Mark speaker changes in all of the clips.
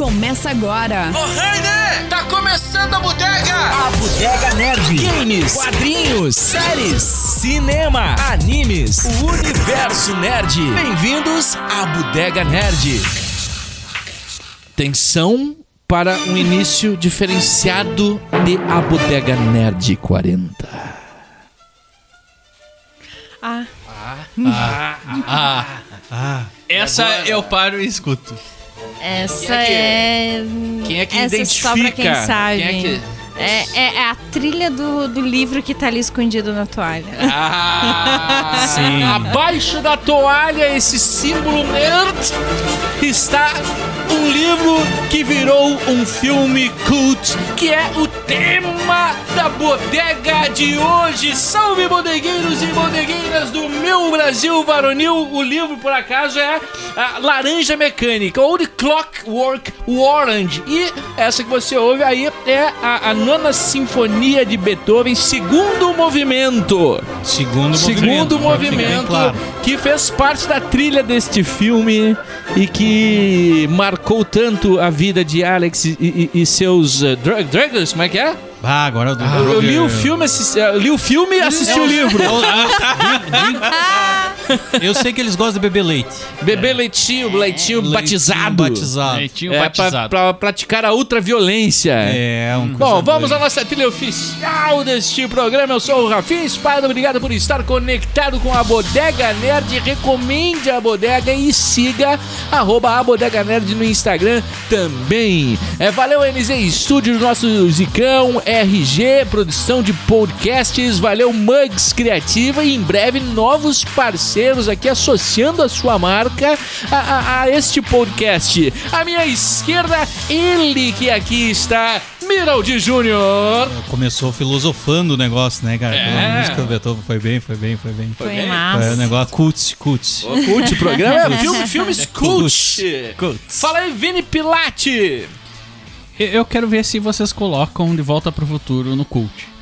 Speaker 1: Começa agora.
Speaker 2: Ô, Rainer! Tá começando a bodega!
Speaker 3: A Bodega Nerd. Games, quadrinhos, séries, cinema, animes, o universo nerd. Bem-vindos à Bodega Nerd. Tensão para um início diferenciado de A Bodega Nerd 40.
Speaker 1: Ah,
Speaker 3: ah,
Speaker 4: Essa eu paro e escuto.
Speaker 5: Essa é.
Speaker 3: Quem é que
Speaker 5: Essa é
Speaker 3: identifica?
Speaker 5: só pra quem sabe.
Speaker 3: Quem é que...
Speaker 5: É, é- é a trilha do, do livro que tá ali escondido na toalha.
Speaker 3: Ah, Abaixo da toalha, esse símbolo nerd, está um livro que virou um filme cult, que é o tema da bodega de hoje. Salve, bodegueiros e bodegueiras do meu Brasil varonil. O livro, por acaso, é a Laranja Mecânica, ou The Clockwork Orange. E essa que você ouve aí é a, a Nona Sinfonia de Beethoven, segundo movimento.
Speaker 4: Segundo,
Speaker 3: Segundo movimento que fez parte da trilha deste filme e que marcou tanto a vida de Alex e, e- e seus eh, drug, druggers, como é que é?
Speaker 4: Ah, É, agora eu,
Speaker 3: Eu, eu li o filme, assisti, eu li o filme e assisti É o livro.
Speaker 4: Ah, Eu sei que eles gostam de beber leite.
Speaker 3: Bebê leitinho, leitinho
Speaker 4: Leitinho
Speaker 3: batizado.
Speaker 4: Batizado.
Speaker 6: Leitinho
Speaker 3: É, pra,
Speaker 6: Né, batizado.
Speaker 3: pra praticar a ultraviolência.
Speaker 4: É, um
Speaker 3: Bom, vamos à nossa trilha oficial deste programa. Eu sou o Rafinha Espada. Obrigado por estar conectado com a Bodega Nerd. Recomende a Bodega e siga arroba a Bodega Nerd no Instagram também. É, valeu, MZ Studios, nosso Zicão, RG, produção de podcasts. Valeu, Mugs Criativa. E em breve, novos parceiros aqui associando a sua marca a, a- a este podcast. À minha esquerda, ele que aqui está, Miraldi Júnior.
Speaker 4: Começou filosofando o negócio, né, cara?
Speaker 3: É.
Speaker 4: A música do Beethoven foi bem, foi bem, foi bem.
Speaker 5: Foi
Speaker 4: Foi um
Speaker 5: massa.
Speaker 4: negócio cult, cult.
Speaker 3: Cult, o programa é filme, filmes cult.
Speaker 4: Cult.
Speaker 3: Fala aí, Vini Pilate.
Speaker 6: Eu eu quero ver se vocês colocam De Volta pro Futuro no cult.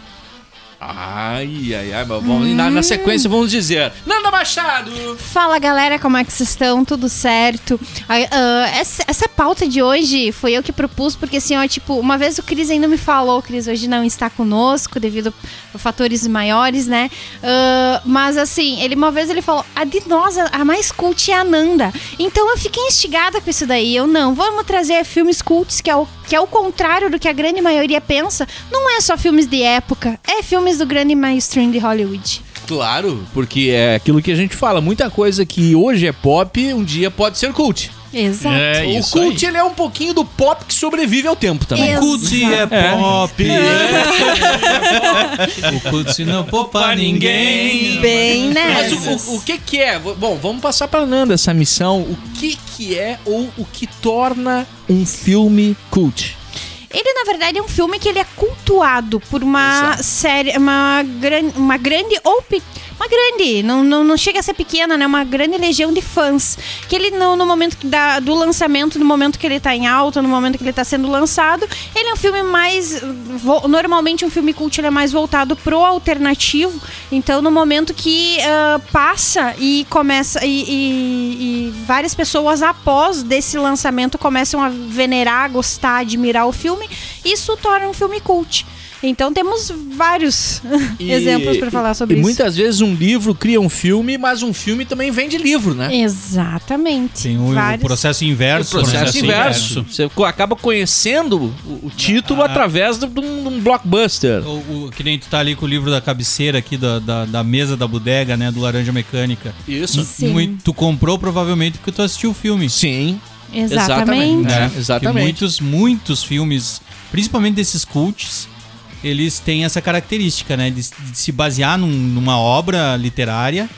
Speaker 3: Ai, ai, ai, mas vamos, na, na sequência vamos dizer. Nanda Machado.
Speaker 5: Fala galera, como é que vocês estão? Tudo certo? Ai, ah, essa, essa pauta de hoje foi eu que propus, porque assim, ó, tipo, uma vez o Cris ainda me falou, o Cris hoje não está conosco devido a fatores maiores, né? Ah, mas assim, ele uma vez ele falou, a de nós, a a mais cult é a Nanda. Então eu fiquei instigada com isso daí. Eu não, vamos trazer filmes cults, que é o, que é o contrário do que a grande maioria pensa. Não é só filmes de época, é filmes do grande mainstream de Hollywood.
Speaker 3: Claro, porque é aquilo que a gente fala. Muita coisa que hoje é pop, um dia pode ser cult.
Speaker 5: Exato.
Speaker 6: É
Speaker 3: o cult, ele é um pouquinho do pop que sobrevive ao tempo também.
Speaker 5: Exato.
Speaker 4: Cult é pop.
Speaker 3: É.
Speaker 4: O cult não poupa ninguém.
Speaker 5: Bem, né?
Speaker 3: Mas o, o- o que que é? V- Bom, vamos passar pra Nanda essa missão. O que que é ou o que torna um filme cult?
Speaker 5: Ele, na verdade, é um filme que ele é cultuado por uma série, uma, gran, uma grande ou pe- uma grande, não, não, não chega a ser pequena, né? Uma grande legião de fãs. Que ele, no, no momento que dá, do lançamento, no momento que ele tá em alta, no momento que ele tá sendo lançado, ele é um filme mais. vo- Normalmente, um filme cult ele é mais voltado pro alternativo. Então, no momento que ah, passa e começa. E, e- e várias pessoas, após desse lançamento, começam a venerar, gostar, admirar o filme, isso torna um filme cult. Então, temos vários
Speaker 3: E-
Speaker 5: exemplos para falar sobre
Speaker 3: e
Speaker 5: isso.
Speaker 3: muitas vezes um livro cria um filme, mas um filme também vende livro, né?
Speaker 5: Exatamente.
Speaker 4: Sim, o, o
Speaker 5: Vários.
Speaker 4: processo inverso. né?
Speaker 3: O processo
Speaker 6: processo
Speaker 3: inverso. Você co- acaba conhecendo o, o título através do- de um, de um blockbuster.
Speaker 4: O, o, que nem tu tá ali com o livro da cabeceira aqui da, da, da mesa da bodega, né? Do Laranja Mecânica.
Speaker 3: Isso.
Speaker 5: Sim.
Speaker 4: Muito- tu comprou provavelmente porque tu assistiu o filme.
Speaker 3: Sim.
Speaker 5: Exatamente.
Speaker 3: Né?
Speaker 4: Porque
Speaker 3: Exatamente.
Speaker 4: muitos, muitos filmes, principalmente desses cults, eles têm essa característica, né? De, s- de se basear num- numa obra literária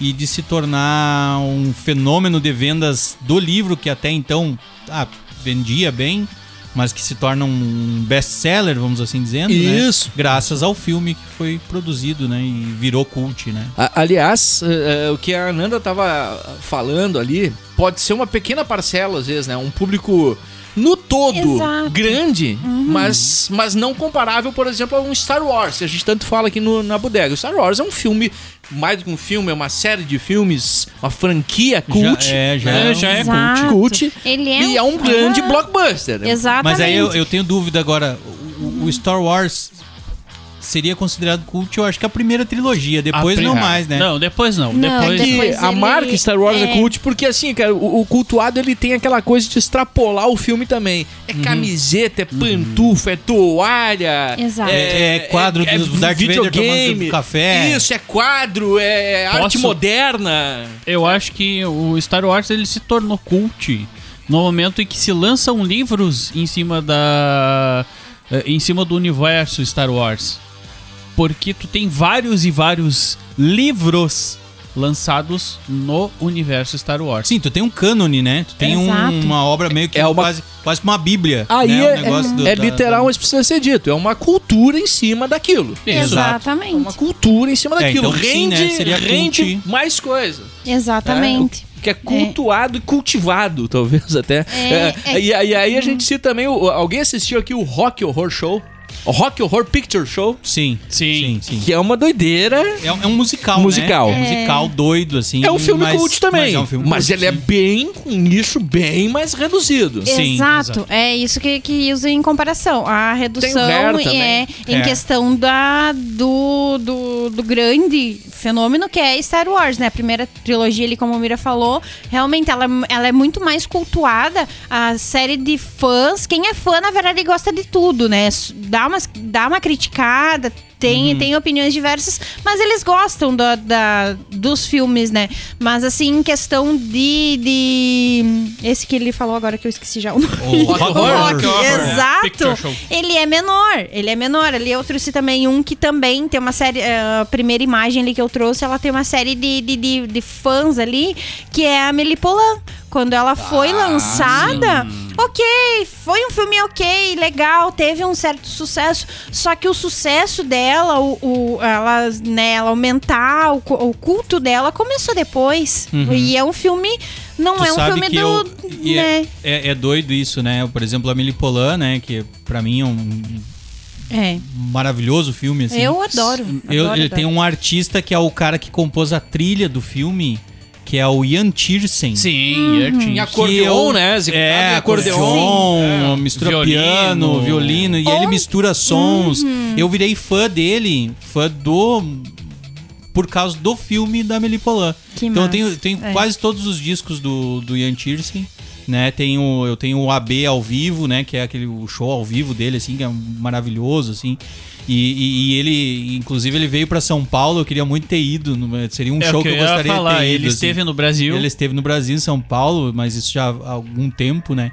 Speaker 4: e de se tornar um fenômeno de vendas do livro que até então ah, vendia bem, mas que se torna um best-seller, vamos assim dizendo, né?
Speaker 3: Isso.
Speaker 4: Graças ao filme que foi produzido, né? E virou cult, né?
Speaker 3: A- Aliás, eh, eh, o que a Ananda estava falando ali pode ser uma pequena parcela, às vezes, né? Um público no todo
Speaker 5: Exato. Uhum.
Speaker 3: grande, mas, mas não comparável, por exemplo, a um Star Wars. que A gente tanto fala aqui no- na bodega. O Star Wars é um filme, mais do que um filme, é uma série de filmes, uma franquia cult.
Speaker 4: Já é, já
Speaker 3: né?
Speaker 4: é, já é
Speaker 5: Exato.
Speaker 4: cult.
Speaker 3: Cult.
Speaker 5: Ele é
Speaker 3: E é um grande blockbuster. é um
Speaker 5: Exatamente.
Speaker 4: Mas aí eu, eu tenho dúvida agora. O, o Star Wars seria considerado cult, eu acho que a primeira trilogia. Depois
Speaker 3: pri-
Speaker 4: não
Speaker 3: é.
Speaker 4: mais, né?
Speaker 6: Não, depois não.
Speaker 5: Não,
Speaker 6: depois.
Speaker 5: depois-
Speaker 3: que a
Speaker 5: ele-
Speaker 3: marca Star Wars é,
Speaker 5: é.
Speaker 3: cult, porque assim, cara, o, o cultuado ele tem aquela coisa de extrapolar o filme também. É
Speaker 5: Uhum.
Speaker 3: camiseta, é pantufa, é toalha.
Speaker 5: Exato.
Speaker 4: É- é quadro do Darth Vader tomando café. Né,
Speaker 3: Isso, é quadro, é arte
Speaker 6: Posso?
Speaker 3: moderna.
Speaker 6: Eu acho que o Star Wars ele se tornou cult no momento em que se lançam livros em cima da eh, em cima do universo Star Wars. Porque tu tem vários e vários livros lançados no universo Star Wars.
Speaker 4: Sim, tu tem um cânone, né? Tu tem um-
Speaker 5: Exato.
Speaker 4: uma obra meio que
Speaker 3: É uma-
Speaker 4: quase, quase uma bíblia.
Speaker 3: Aí
Speaker 4: né? O
Speaker 3: é,
Speaker 4: negócio do-
Speaker 3: é
Speaker 4: da-
Speaker 3: literal, mas precisa ser dito. É uma cultura em cima daquilo. Uma
Speaker 5: Exatamente.
Speaker 3: cultura em cima
Speaker 4: É,
Speaker 3: daquilo.
Speaker 4: então
Speaker 3: rende,
Speaker 4: sim, né? Seria
Speaker 3: rende
Speaker 4: cult.
Speaker 3: mais coisa.
Speaker 5: Exatamente.
Speaker 3: que é cultuado e cultivado, talvez até.
Speaker 5: É,
Speaker 3: É,
Speaker 5: é.
Speaker 3: E, aí- aí a gente cita também. o- alguém assistiu aqui o Rock Horror Show? O Rock Horror Picture Show,
Speaker 4: Sim, sim,
Speaker 6: Sim.
Speaker 4: sim.
Speaker 3: que é uma doideira.
Speaker 4: É, um- é um musical,
Speaker 3: Musical.
Speaker 4: né? É um musical doido, assim.
Speaker 3: É um filme
Speaker 4: mas-
Speaker 3: cult também. Mas,
Speaker 4: Mas, é um filme cult,
Speaker 3: ele é
Speaker 4: sim.
Speaker 3: bem um nicho bem mais reduzido.
Speaker 4: Sim,
Speaker 5: exato.
Speaker 4: exato.
Speaker 5: É isso que, que usa em comparação. A redução
Speaker 3: Hair
Speaker 5: é
Speaker 3: também.
Speaker 5: em
Speaker 4: É.
Speaker 5: questão da, do, do, do grande fenômeno que é Star Wars, né? A primeira trilogia, ali, como o Mira falou, realmente ela, ela é muito mais cultuada. A série de fãs, quem é fã, na verdade, gosta de tudo, né? S- Dá uma, dá uma criticada. Tem, tem opiniões diversas, mas eles gostam da, da- dos filmes, né? Mas, assim, em questão de, de. Esse que ele falou agora que eu esqueci já o nome.
Speaker 4: O Rock
Speaker 5: O
Speaker 4: Horror.
Speaker 5: rock,
Speaker 6: Picture
Speaker 5: exato.
Speaker 6: Show.
Speaker 5: Ele é menor, ele é menor. Ali eu trouxe também um que também tem uma série. eh, A primeira imagem ali que eu trouxe, ela tem uma série de, de, de, de fãs ali, que é a Melipolan. Quando ela foi
Speaker 4: Ah,
Speaker 5: lançada, ok, foi um filme ok, legal, teve um certo sucesso. Só que o sucesso dela, o, o- ela, né, ela aumentar, o, cu- o culto dela começou depois. E é um filme. Não
Speaker 4: Uhum. Tu
Speaker 5: é um
Speaker 4: sabe
Speaker 5: filme
Speaker 4: que
Speaker 5: do.
Speaker 4: eu- e é-
Speaker 5: né?
Speaker 4: é, é doido isso, né? Por exemplo, a Milipolan, né? Que pra mim é um
Speaker 5: É.
Speaker 4: maravilhoso filme, assim.
Speaker 5: Eu adoro.
Speaker 4: Eu-
Speaker 5: adoro,
Speaker 4: ele
Speaker 5: adoro.
Speaker 4: tem um artista que é o cara que compôs a trilha do filme, que é o Ian Tiersen.
Speaker 6: Sim, eu
Speaker 3: Em
Speaker 6: Uhum. tinha.
Speaker 3: acordeon,
Speaker 4: eu-
Speaker 3: né? Executado
Speaker 4: É,
Speaker 3: em
Speaker 4: acordeon,
Speaker 3: É.
Speaker 4: mistura
Speaker 6: Violino.
Speaker 4: piano, violino, e ele
Speaker 5: Ou-
Speaker 4: mistura sons.
Speaker 5: Uhum.
Speaker 4: Eu virei fã dele, fã do. por causa do filme da Melipolan.
Speaker 5: Que
Speaker 4: então
Speaker 5: massa.
Speaker 4: eu tenho, tenho
Speaker 5: É.
Speaker 4: quase todos os discos do, do Ian Tiersen. Né, tenho, eu tenho o AB ao vivo, né? Que é aquele o show ao vivo dele, assim, que é maravilhoso, assim. E, e- e ele, inclusive, ele veio pra São Paulo, eu queria muito ter ido. no- Seria um
Speaker 6: É
Speaker 4: show
Speaker 6: o
Speaker 4: que eu,
Speaker 6: ia
Speaker 4: gostaria de
Speaker 6: falar.
Speaker 4: ter ido.
Speaker 6: Ele
Speaker 4: assim.
Speaker 6: esteve no Brasil.
Speaker 4: Ele esteve no Brasil, em São Paulo, mas isso já há algum tempo, né?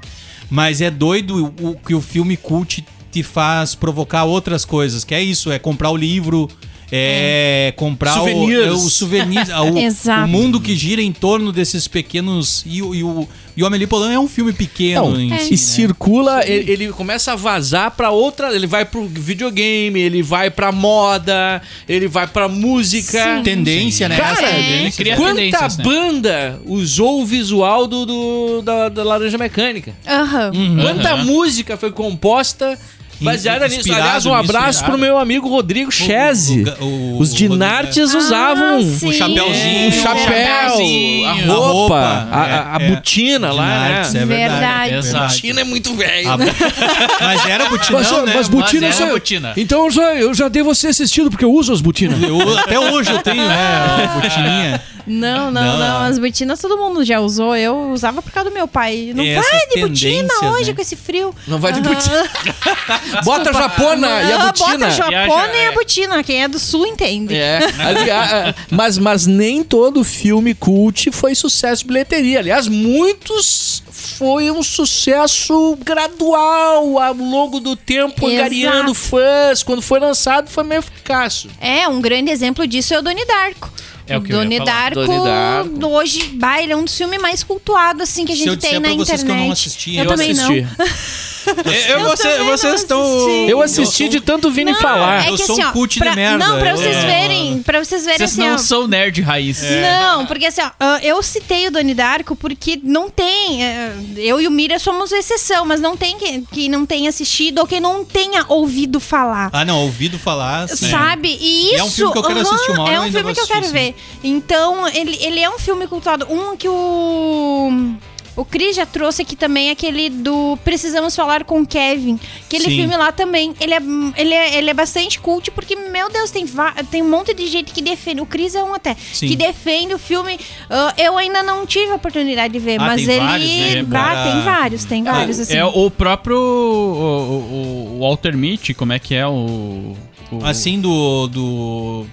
Speaker 4: Mas é doido o, o que o filme cult te faz provocar outras coisas, que é isso, é comprar o livro, é, comprar o-
Speaker 3: Souvenirs.
Speaker 4: é, o, souvenir, a- o,
Speaker 5: Exato.
Speaker 4: o mundo que gira em torno desses pequenos e, o- e o e o Amélie Poulain é um filme pequeno
Speaker 3: Não,
Speaker 4: em
Speaker 3: e
Speaker 5: É.
Speaker 6: É.
Speaker 4: si, né?
Speaker 3: Então, circula, ele, ele começa a vazar pra outra. Ele vai pro videogame, ele vai pra moda, ele vai pra música.
Speaker 4: tendência, né?
Speaker 3: Cara,
Speaker 4: Essa
Speaker 6: Ele
Speaker 4: tendência.
Speaker 6: cria
Speaker 3: Quanta
Speaker 6: tendências, né?
Speaker 3: banda usou o visual do, do- da, da Laranja Mecânica?
Speaker 5: Aham.
Speaker 4: Uhum.
Speaker 3: Quanta
Speaker 6: Uhum.
Speaker 3: música foi composta baseada nisso?
Speaker 4: Inspirado
Speaker 3: Aliás, um
Speaker 4: nisso, né?
Speaker 3: abraço
Speaker 4: inspirado.
Speaker 3: pro meu amigo Rodrigo Chese.
Speaker 4: o- o-
Speaker 3: Os
Speaker 4: o-
Speaker 3: Dinartes
Speaker 5: Ah,
Speaker 3: usavam
Speaker 5: sim. É.
Speaker 4: o chapéuzinho,
Speaker 3: um chapéu,
Speaker 6: chapéuzinho,
Speaker 3: a
Speaker 4: a
Speaker 3: roupa,
Speaker 4: roupa,
Speaker 3: a, a- a
Speaker 4: é, é.
Speaker 3: botina lá, né?
Speaker 4: Dinartes, é verdade.
Speaker 5: Verdade.
Speaker 4: é
Speaker 6: Exato.
Speaker 2: China é muito velho,
Speaker 4: A-
Speaker 2: né?
Speaker 4: Mas era butinão,
Speaker 3: Mas,
Speaker 4: né?
Speaker 3: mas botina,
Speaker 6: Mas
Speaker 3: eu
Speaker 6: era
Speaker 3: já-
Speaker 6: botina.
Speaker 3: Então eu já, eu já devo ser assistido, porque eu uso as botinas.
Speaker 4: Eu- até hoje eu tenho, né? a Botininha.
Speaker 5: Não, não, não,
Speaker 4: Não, não.
Speaker 5: As botinas todo mundo já usou. Eu usava por causa do meu pai. Não
Speaker 4: Essas
Speaker 5: vai de botina
Speaker 4: tendências,
Speaker 5: hoje
Speaker 4: né?
Speaker 5: com esse frio.
Speaker 3: Não vai de
Speaker 5: Aham.
Speaker 3: botina. Bota a japona e a
Speaker 5: Ah, Bota
Speaker 3: botina.
Speaker 5: a japona
Speaker 6: E a-
Speaker 5: e a botina. Quem é do sul entende.
Speaker 3: É, ali- a- a- mas, mas nem todo filme cult foi sucesso de bilheteria. Aliás, muitos foi um sucesso gradual ao longo do
Speaker 5: Exato.
Speaker 3: tempo, angariando fãs. Quando foi lançado, foi meio fracasso.
Speaker 5: É, um grande exemplo disso é o Doni Darko.
Speaker 6: É o que eu ia
Speaker 5: Doni
Speaker 6: falar.
Speaker 5: Darko,
Speaker 3: Donnie Darko.
Speaker 5: hoje, bah, ele é um dos filmes mais cultuados assim que a
Speaker 4: Se
Speaker 5: gente
Speaker 4: eu
Speaker 5: tem
Speaker 4: disser
Speaker 5: na
Speaker 4: pra vocês
Speaker 5: internet.
Speaker 4: que eu não assisti,
Speaker 5: Eu
Speaker 4: eu
Speaker 5: também
Speaker 3: assisti.
Speaker 5: não. Eu
Speaker 7: Eu, vocês-
Speaker 5: também não
Speaker 7: vocês estão.
Speaker 5: assisti.
Speaker 3: Eu assisti de tanto Vini
Speaker 5: Não,
Speaker 3: falar.
Speaker 5: é
Speaker 4: Eu
Speaker 5: que
Speaker 4: sou
Speaker 5: assim,
Speaker 4: um
Speaker 5: ó,
Speaker 4: cult de
Speaker 5: pra-
Speaker 4: merda,
Speaker 5: Não, pra
Speaker 4: eu- um-
Speaker 5: vocês verem, pra vocês verem
Speaker 6: Vocês
Speaker 5: assim, ó.
Speaker 6: não são nerd raiz.
Speaker 5: Não, porque assim, ó, ah, eu citei o Doni Darko porque não tem. eh, Eu e o Mira somos exceção, mas não tem que, que não tenha assistido ou quem não tenha ouvido falar.
Speaker 4: Ah, não, ouvido falar. assim, sim.
Speaker 5: Sabe? E isso.
Speaker 4: E é um filme que eu quero
Speaker 5: aham,
Speaker 4: assistir uma hora,
Speaker 5: É
Speaker 4: eu
Speaker 5: um
Speaker 4: ainda
Speaker 5: filme que
Speaker 4: vou
Speaker 5: eu quero
Speaker 4: assistir,
Speaker 5: ver. Então, ele, ele é um filme cultuado. Um que o. O Cris já trouxe aqui também aquele do Precisamos Falar com Kevin. Aquele
Speaker 4: Sim.
Speaker 5: filme lá também. Ele é, ele é, ele é bastante cult, porque, meu Deus, tem, va- tem um monte de gente que defende. O Cris é um até.
Speaker 4: Sim.
Speaker 5: Que defende o filme. Ah, eu ainda não tive a oportunidade de ver,
Speaker 4: Ah,
Speaker 5: mas
Speaker 4: tem
Speaker 5: ele.
Speaker 4: vários, né?
Speaker 5: Bah,
Speaker 4: Agora-
Speaker 5: tem vários, tem vários. assim.
Speaker 6: É o próprio. O, o, o Walter Mitty, como é que é o. o-
Speaker 4: Assim do. do...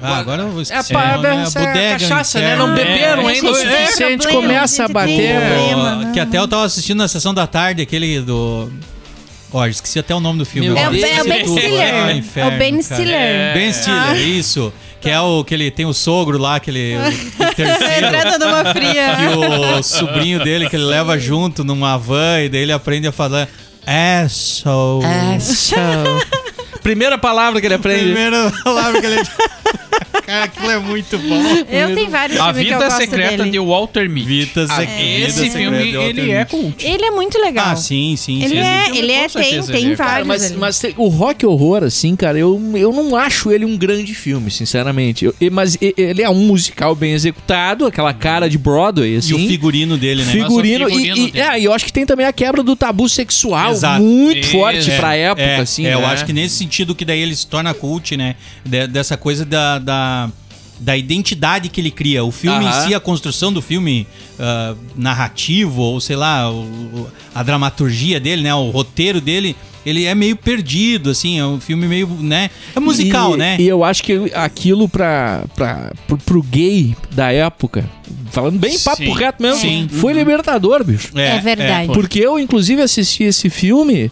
Speaker 4: Ah, agora eu vou
Speaker 3: É a
Speaker 4: esquecer. o
Speaker 3: parada,
Speaker 4: nome, né?
Speaker 3: essa cachaça, né?
Speaker 4: Inferno.
Speaker 3: Não beberam
Speaker 6: É,
Speaker 3: ainda o
Speaker 5: gente, tem
Speaker 3: suficiente,
Speaker 5: problema,
Speaker 3: começa a
Speaker 5: gente, tem
Speaker 3: bater.
Speaker 5: problema,
Speaker 4: O-
Speaker 5: né?
Speaker 4: Que até eu tava assistindo na sessão da tarde, aquele do. Ó, esqueci até o nome do filme.
Speaker 3: Meu
Speaker 4: agora.
Speaker 5: É o, Ben- é o Ben
Speaker 4: Esqueci tudo.
Speaker 5: Stiller.
Speaker 4: Ah,
Speaker 5: É
Speaker 4: inferno,
Speaker 5: o Ben
Speaker 4: cara.
Speaker 5: Stiller. Ah.
Speaker 4: Ben Stiller, isso. Que é o que ele tem o sogro lá, aquele o terceiro.
Speaker 5: Entrada numa
Speaker 4: E
Speaker 5: fria.
Speaker 4: o sobrinho dele que ele leva junto numa van e daí ele aprende a falar "É, asshole.
Speaker 5: É,
Speaker 3: É. Primeira palavra que ele aprende.
Speaker 4: Primeira palavra que ele. Cara, aquilo é muito bom.
Speaker 5: Eu tenho vários
Speaker 6: A
Speaker 5: filmes é que eu
Speaker 6: Vida
Speaker 5: gosto
Speaker 6: Secreta
Speaker 4: um
Speaker 5: dele.
Speaker 6: de Walter Mitty. Ah,
Speaker 4: Vita, se...
Speaker 6: é, Esse
Speaker 4: Vida Secreta
Speaker 6: filme,
Speaker 4: é outra
Speaker 6: ele é cult.
Speaker 5: Ele é muito legal.
Speaker 4: Ah, sim, sim,
Speaker 5: Ele
Speaker 4: sim.
Speaker 5: é,
Speaker 6: filme
Speaker 5: ele é,
Speaker 6: com
Speaker 5: tem,
Speaker 6: certeza ele
Speaker 5: tem
Speaker 6: é.
Speaker 5: vários.
Speaker 3: mas,
Speaker 5: ali.
Speaker 3: mas tem- o rock horror, assim, cara, eu, eu não acho ele um grande filme, sinceramente. Eu- e- mas e- ele é um musical bem executado, aquela cara de Broadway,
Speaker 4: E
Speaker 3: assim.
Speaker 4: o figurino dele, né?
Speaker 3: figurino,
Speaker 6: Mas o figurino
Speaker 3: e, e,
Speaker 6: tem.
Speaker 3: é, e eu acho que tem também a quebra do tabu sexual
Speaker 4: Exato.
Speaker 3: muito
Speaker 6: Isso.
Speaker 3: forte pra época,
Speaker 4: é,
Speaker 3: assim.
Speaker 4: é, eu
Speaker 3: né?
Speaker 4: acho que nesse sentido que daí ele se torna cult, né? De- dessa coisa da, da, da identidade que ele cria. O filme
Speaker 3: Aham.
Speaker 4: em si, a construção do filme ah, narrativo, ou sei lá, o- o- a dramaturgia dele, né? O roteiro dele, ele é meio perdido, assim. É um filme meio, né? É musical,
Speaker 3: e,
Speaker 4: né?
Speaker 3: E eu acho que aquilo pra, pra, pro, pro gay da época, falando bem papo
Speaker 6: Sim.
Speaker 3: reto mesmo,
Speaker 4: Sim. Uhum.
Speaker 3: foi libertador, bicho.
Speaker 5: É verdade.
Speaker 3: Porque eu, inclusive, assisti esse filme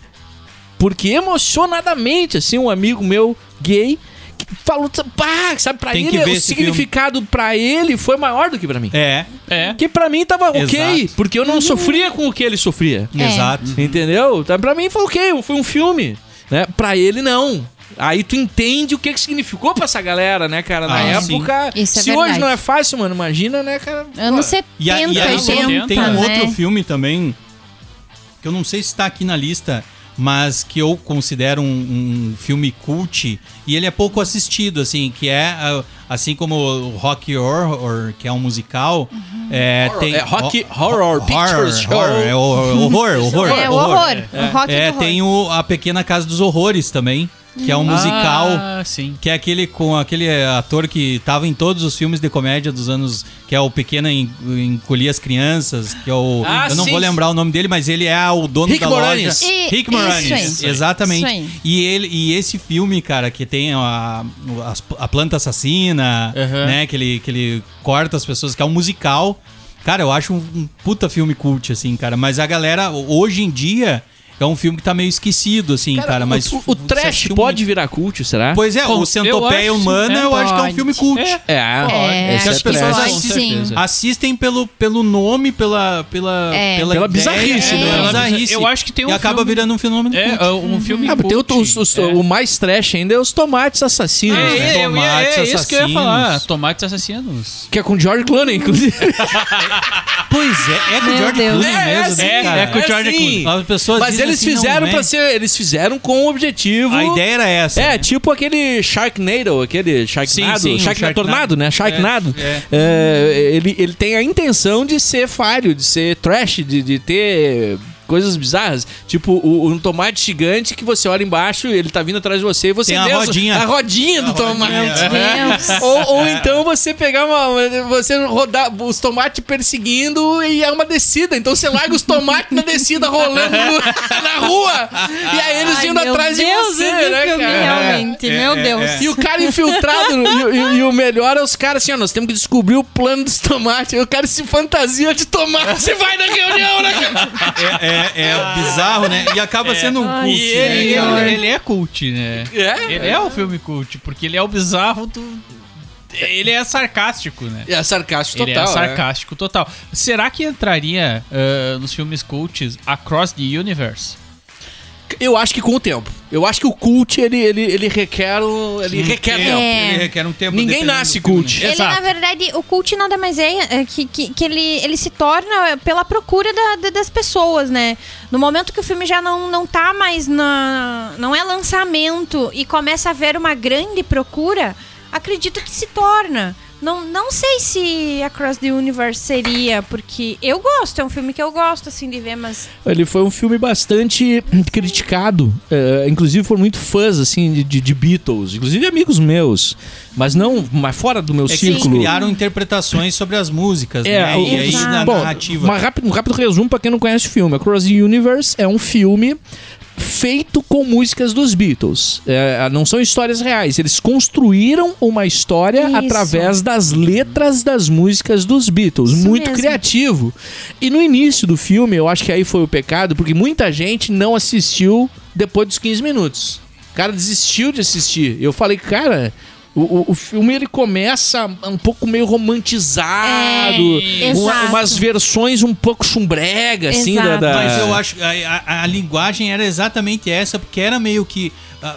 Speaker 3: porque emocionadamente, assim, um amigo meu gay que falou, pá, sabe, pra
Speaker 4: Tem que
Speaker 3: ele,
Speaker 4: ver
Speaker 3: o
Speaker 4: esse
Speaker 3: significado pra ele foi maior do que pra mim.
Speaker 4: É,
Speaker 6: É.
Speaker 3: Que pra mim tava ok,
Speaker 4: Exato. Uhum.
Speaker 3: porque eu não sofria com o que ele sofria.
Speaker 5: É.
Speaker 4: exato.
Speaker 3: Entendeu? Então, Pra mim foi ok, foi um filme. Né? Pra ele, não. Aí tu entende o que, que significou pra essa galera, né, cara? Na
Speaker 4: Ah, sim.
Speaker 3: época.
Speaker 5: Isso é
Speaker 3: se
Speaker 5: verdade.
Speaker 3: hoje não é fácil, mano, imagina, né, cara?
Speaker 5: Anos 70,
Speaker 4: E, a, e aí
Speaker 5: 80,
Speaker 4: tem, tem um
Speaker 5: né?
Speaker 4: outro filme também, que eu não sei se tá aqui na lista, mas que eu considero um, um filme cult, e ele é pouco assistido, assim, que é, ah, assim como o Rock Horror, que é um musical,
Speaker 5: Uhum.
Speaker 4: é, tem...
Speaker 3: é Rock
Speaker 4: ho-
Speaker 3: Horror Picture Show.
Speaker 4: Horror, é horror, horror, horror.
Speaker 5: É, o horror. O rock
Speaker 4: É,
Speaker 5: do horror.
Speaker 4: tem o A Pequena Casa dos Horrores também, que é um musical...
Speaker 6: Ah, sim.
Speaker 4: Que é aquele com aquele ator que tava em todos os filmes de comédia dos anos. Que é o Pequena en- Encolhi as Crianças. Que é o.
Speaker 3: Ah,
Speaker 4: eu não
Speaker 3: sim.
Speaker 4: vou lembrar o nome dele, mas ele é o dono
Speaker 3: Rick
Speaker 4: da
Speaker 3: Moranis.
Speaker 4: loja.
Speaker 5: E-
Speaker 4: Rick
Speaker 5: isso aí.
Speaker 4: Moranis.
Speaker 5: Isso aí.
Speaker 4: Exatamente.
Speaker 5: Isso aí.
Speaker 4: E, ele, e esse filme, cara, que tem a, as- a planta assassina,
Speaker 3: Uhum.
Speaker 4: né? Que ele, que ele corta as pessoas, que é um musical. Cara, eu acho um, um puta filme cult, assim, cara. Mas a galera, hoje em dia, é um filme que tá meio esquecido, assim, cara.
Speaker 3: o-
Speaker 4: mas
Speaker 3: o, o
Speaker 4: você
Speaker 3: trash
Speaker 4: assistiu um
Speaker 3: pode
Speaker 4: muito.
Speaker 3: virar cult, será?
Speaker 4: Pois é,
Speaker 6: Com-
Speaker 4: o Centopeia
Speaker 6: eu acho-
Speaker 4: Humana
Speaker 6: é,
Speaker 4: eu acho que é um
Speaker 6: pode.
Speaker 4: filme cult.
Speaker 6: É.
Speaker 3: É,
Speaker 5: É,
Speaker 3: esse
Speaker 4: acho que
Speaker 3: trash.
Speaker 4: pode,
Speaker 3: Com
Speaker 5: sim.
Speaker 3: certeza.
Speaker 4: Assistem pelo, pelo nome, pela pela
Speaker 5: É.
Speaker 3: Pela
Speaker 4: ideia,
Speaker 3: bizarrice,
Speaker 4: pela
Speaker 3: né?
Speaker 6: Pela
Speaker 4: bizarrice.
Speaker 6: Eu acho que tem um
Speaker 4: e acaba
Speaker 6: filme-
Speaker 4: virando um fenômeno
Speaker 6: É,
Speaker 4: cult.
Speaker 6: é um filme.
Speaker 3: Ah, mas tem o,
Speaker 6: cult.
Speaker 3: os- os-
Speaker 6: É.
Speaker 3: o mais trash ainda é os tomates assassinos,
Speaker 6: É,
Speaker 3: né?
Speaker 6: é, eu ia-
Speaker 4: Tomates
Speaker 6: é isso que eu ia falar.
Speaker 4: assassinos.
Speaker 6: Tomates assassinos.
Speaker 3: Que é com George Clooney, inclusive.
Speaker 4: Pois é, é com o
Speaker 5: Meu
Speaker 4: George
Speaker 5: Deus.
Speaker 4: Clooney
Speaker 3: É,
Speaker 4: É mesmo,
Speaker 3: é
Speaker 4: né,
Speaker 3: sim,
Speaker 4: cara? Tipo,
Speaker 3: é com o George Clooney.
Speaker 4: As pessoas
Speaker 3: Mas
Speaker 4: dizem
Speaker 3: eles
Speaker 4: assim, não
Speaker 3: fizeram
Speaker 4: é.
Speaker 3: pra ser. Eles fizeram com o objetivo.
Speaker 4: A ideia era essa.
Speaker 3: É,
Speaker 4: né?
Speaker 3: tipo aquele Sharknado, aquele Sharknado,
Speaker 4: sim, o
Speaker 3: Sharknado,
Speaker 4: Sharknado.
Speaker 3: Tornado, né? Sharknado.
Speaker 4: É,
Speaker 3: É, ele, ele tem a intenção de ser falho, de ser trash, de, de ter coisas bizarras. Tipo, o- um tomate gigante que você olha embaixo, ele tá vindo atrás de você e você
Speaker 4: Tem a
Speaker 3: desce-
Speaker 4: rodinha.
Speaker 3: A rodinha do tomate.
Speaker 4: É.
Speaker 5: Deus.
Speaker 3: Ou, ou então você pegar uma. uma- Você rodar os tomates perseguindo e é uma descida. Então você larga os tomates na descida rolando no- na rua. E aí eles
Speaker 5: Ai,
Speaker 3: indo
Speaker 5: meu
Speaker 3: atrás
Speaker 5: Deus,
Speaker 3: de
Speaker 5: esse
Speaker 3: você, né,
Speaker 5: filme,
Speaker 3: cara?
Speaker 5: Realmente,
Speaker 4: É,
Speaker 5: meu Deus.
Speaker 3: E o cara infiltrado, e, o- e o melhor é os caras assim, ó, nós temos que descobrir o plano dos tomates. Aí O cara se fantasia de tomate, você vai na reunião, né, cara?
Speaker 4: É, é, é bizarro, né? E acaba sendo um cult.
Speaker 6: E ele,
Speaker 4: né, cara?
Speaker 6: ele, ele é cult, né?
Speaker 3: É?
Speaker 6: Ele é um filme cult, porque ele é o bizarro do. Ele é sarcástico, né?
Speaker 3: É sarcástico
Speaker 6: ele
Speaker 3: total,
Speaker 6: é
Speaker 3: né?
Speaker 6: sarcástico total. Será que entraria ah, nos filmes cults Across the Universe?
Speaker 3: Eu acho que com o tempo. Eu acho que o cult, ele, ele, ele requer um. Ele requer
Speaker 4: Tempo,
Speaker 3: tempo.
Speaker 5: É.
Speaker 4: Ele requer um tempo.
Speaker 3: Ninguém
Speaker 4: dependendo
Speaker 3: nasce
Speaker 4: do filme,
Speaker 3: cult.
Speaker 5: Ele,
Speaker 6: Exato.
Speaker 5: na verdade, o cult nada mais é, é que, que, que ele, ele se torna pela procura da- da- das pessoas, né? No momento que o filme já não, não tá mais na. não é lançamento e começa a haver uma grande procura, acredito que se torna. Não, não sei se Across the Universe seria, porque eu gosto, é um filme que eu gosto, assim, de ver, mas.
Speaker 3: Ele foi um filme bastante criticado. eh, inclusive foram muito fãs, assim, de- de, de Beatles. Inclusive amigos meus. Mas não, mas fora do meu
Speaker 4: É que eles
Speaker 3: círculo.
Speaker 4: criaram interpretações sobre as músicas, né?
Speaker 3: É, o-
Speaker 4: E aí na
Speaker 3: bom,
Speaker 4: narrativa.
Speaker 3: uma rápido- um rápido resumo pra quem não conhece o filme. Across the Universe é um filme feito com músicas dos Beatles. É, não são histórias reais. Eles construíram uma história
Speaker 5: Isso.
Speaker 3: através das letras das músicas dos Beatles.
Speaker 5: Isso
Speaker 3: Muito
Speaker 5: mesmo.
Speaker 3: criativo. E no início do filme, eu acho que aí foi o pecado, porque muita gente não assistiu depois dos 15 minutos. O cara desistiu de assistir. Eu falei, cara... O, o- o filme ele começa um pouco meio romantizado,
Speaker 5: É,
Speaker 3: uma-
Speaker 5: exato.
Speaker 3: umas versões um pouco chumbrega, assim, da,
Speaker 5: Exato.
Speaker 3: da-
Speaker 4: Mas eu acho que a, a- a linguagem era exatamente essa, porque era meio que. ah,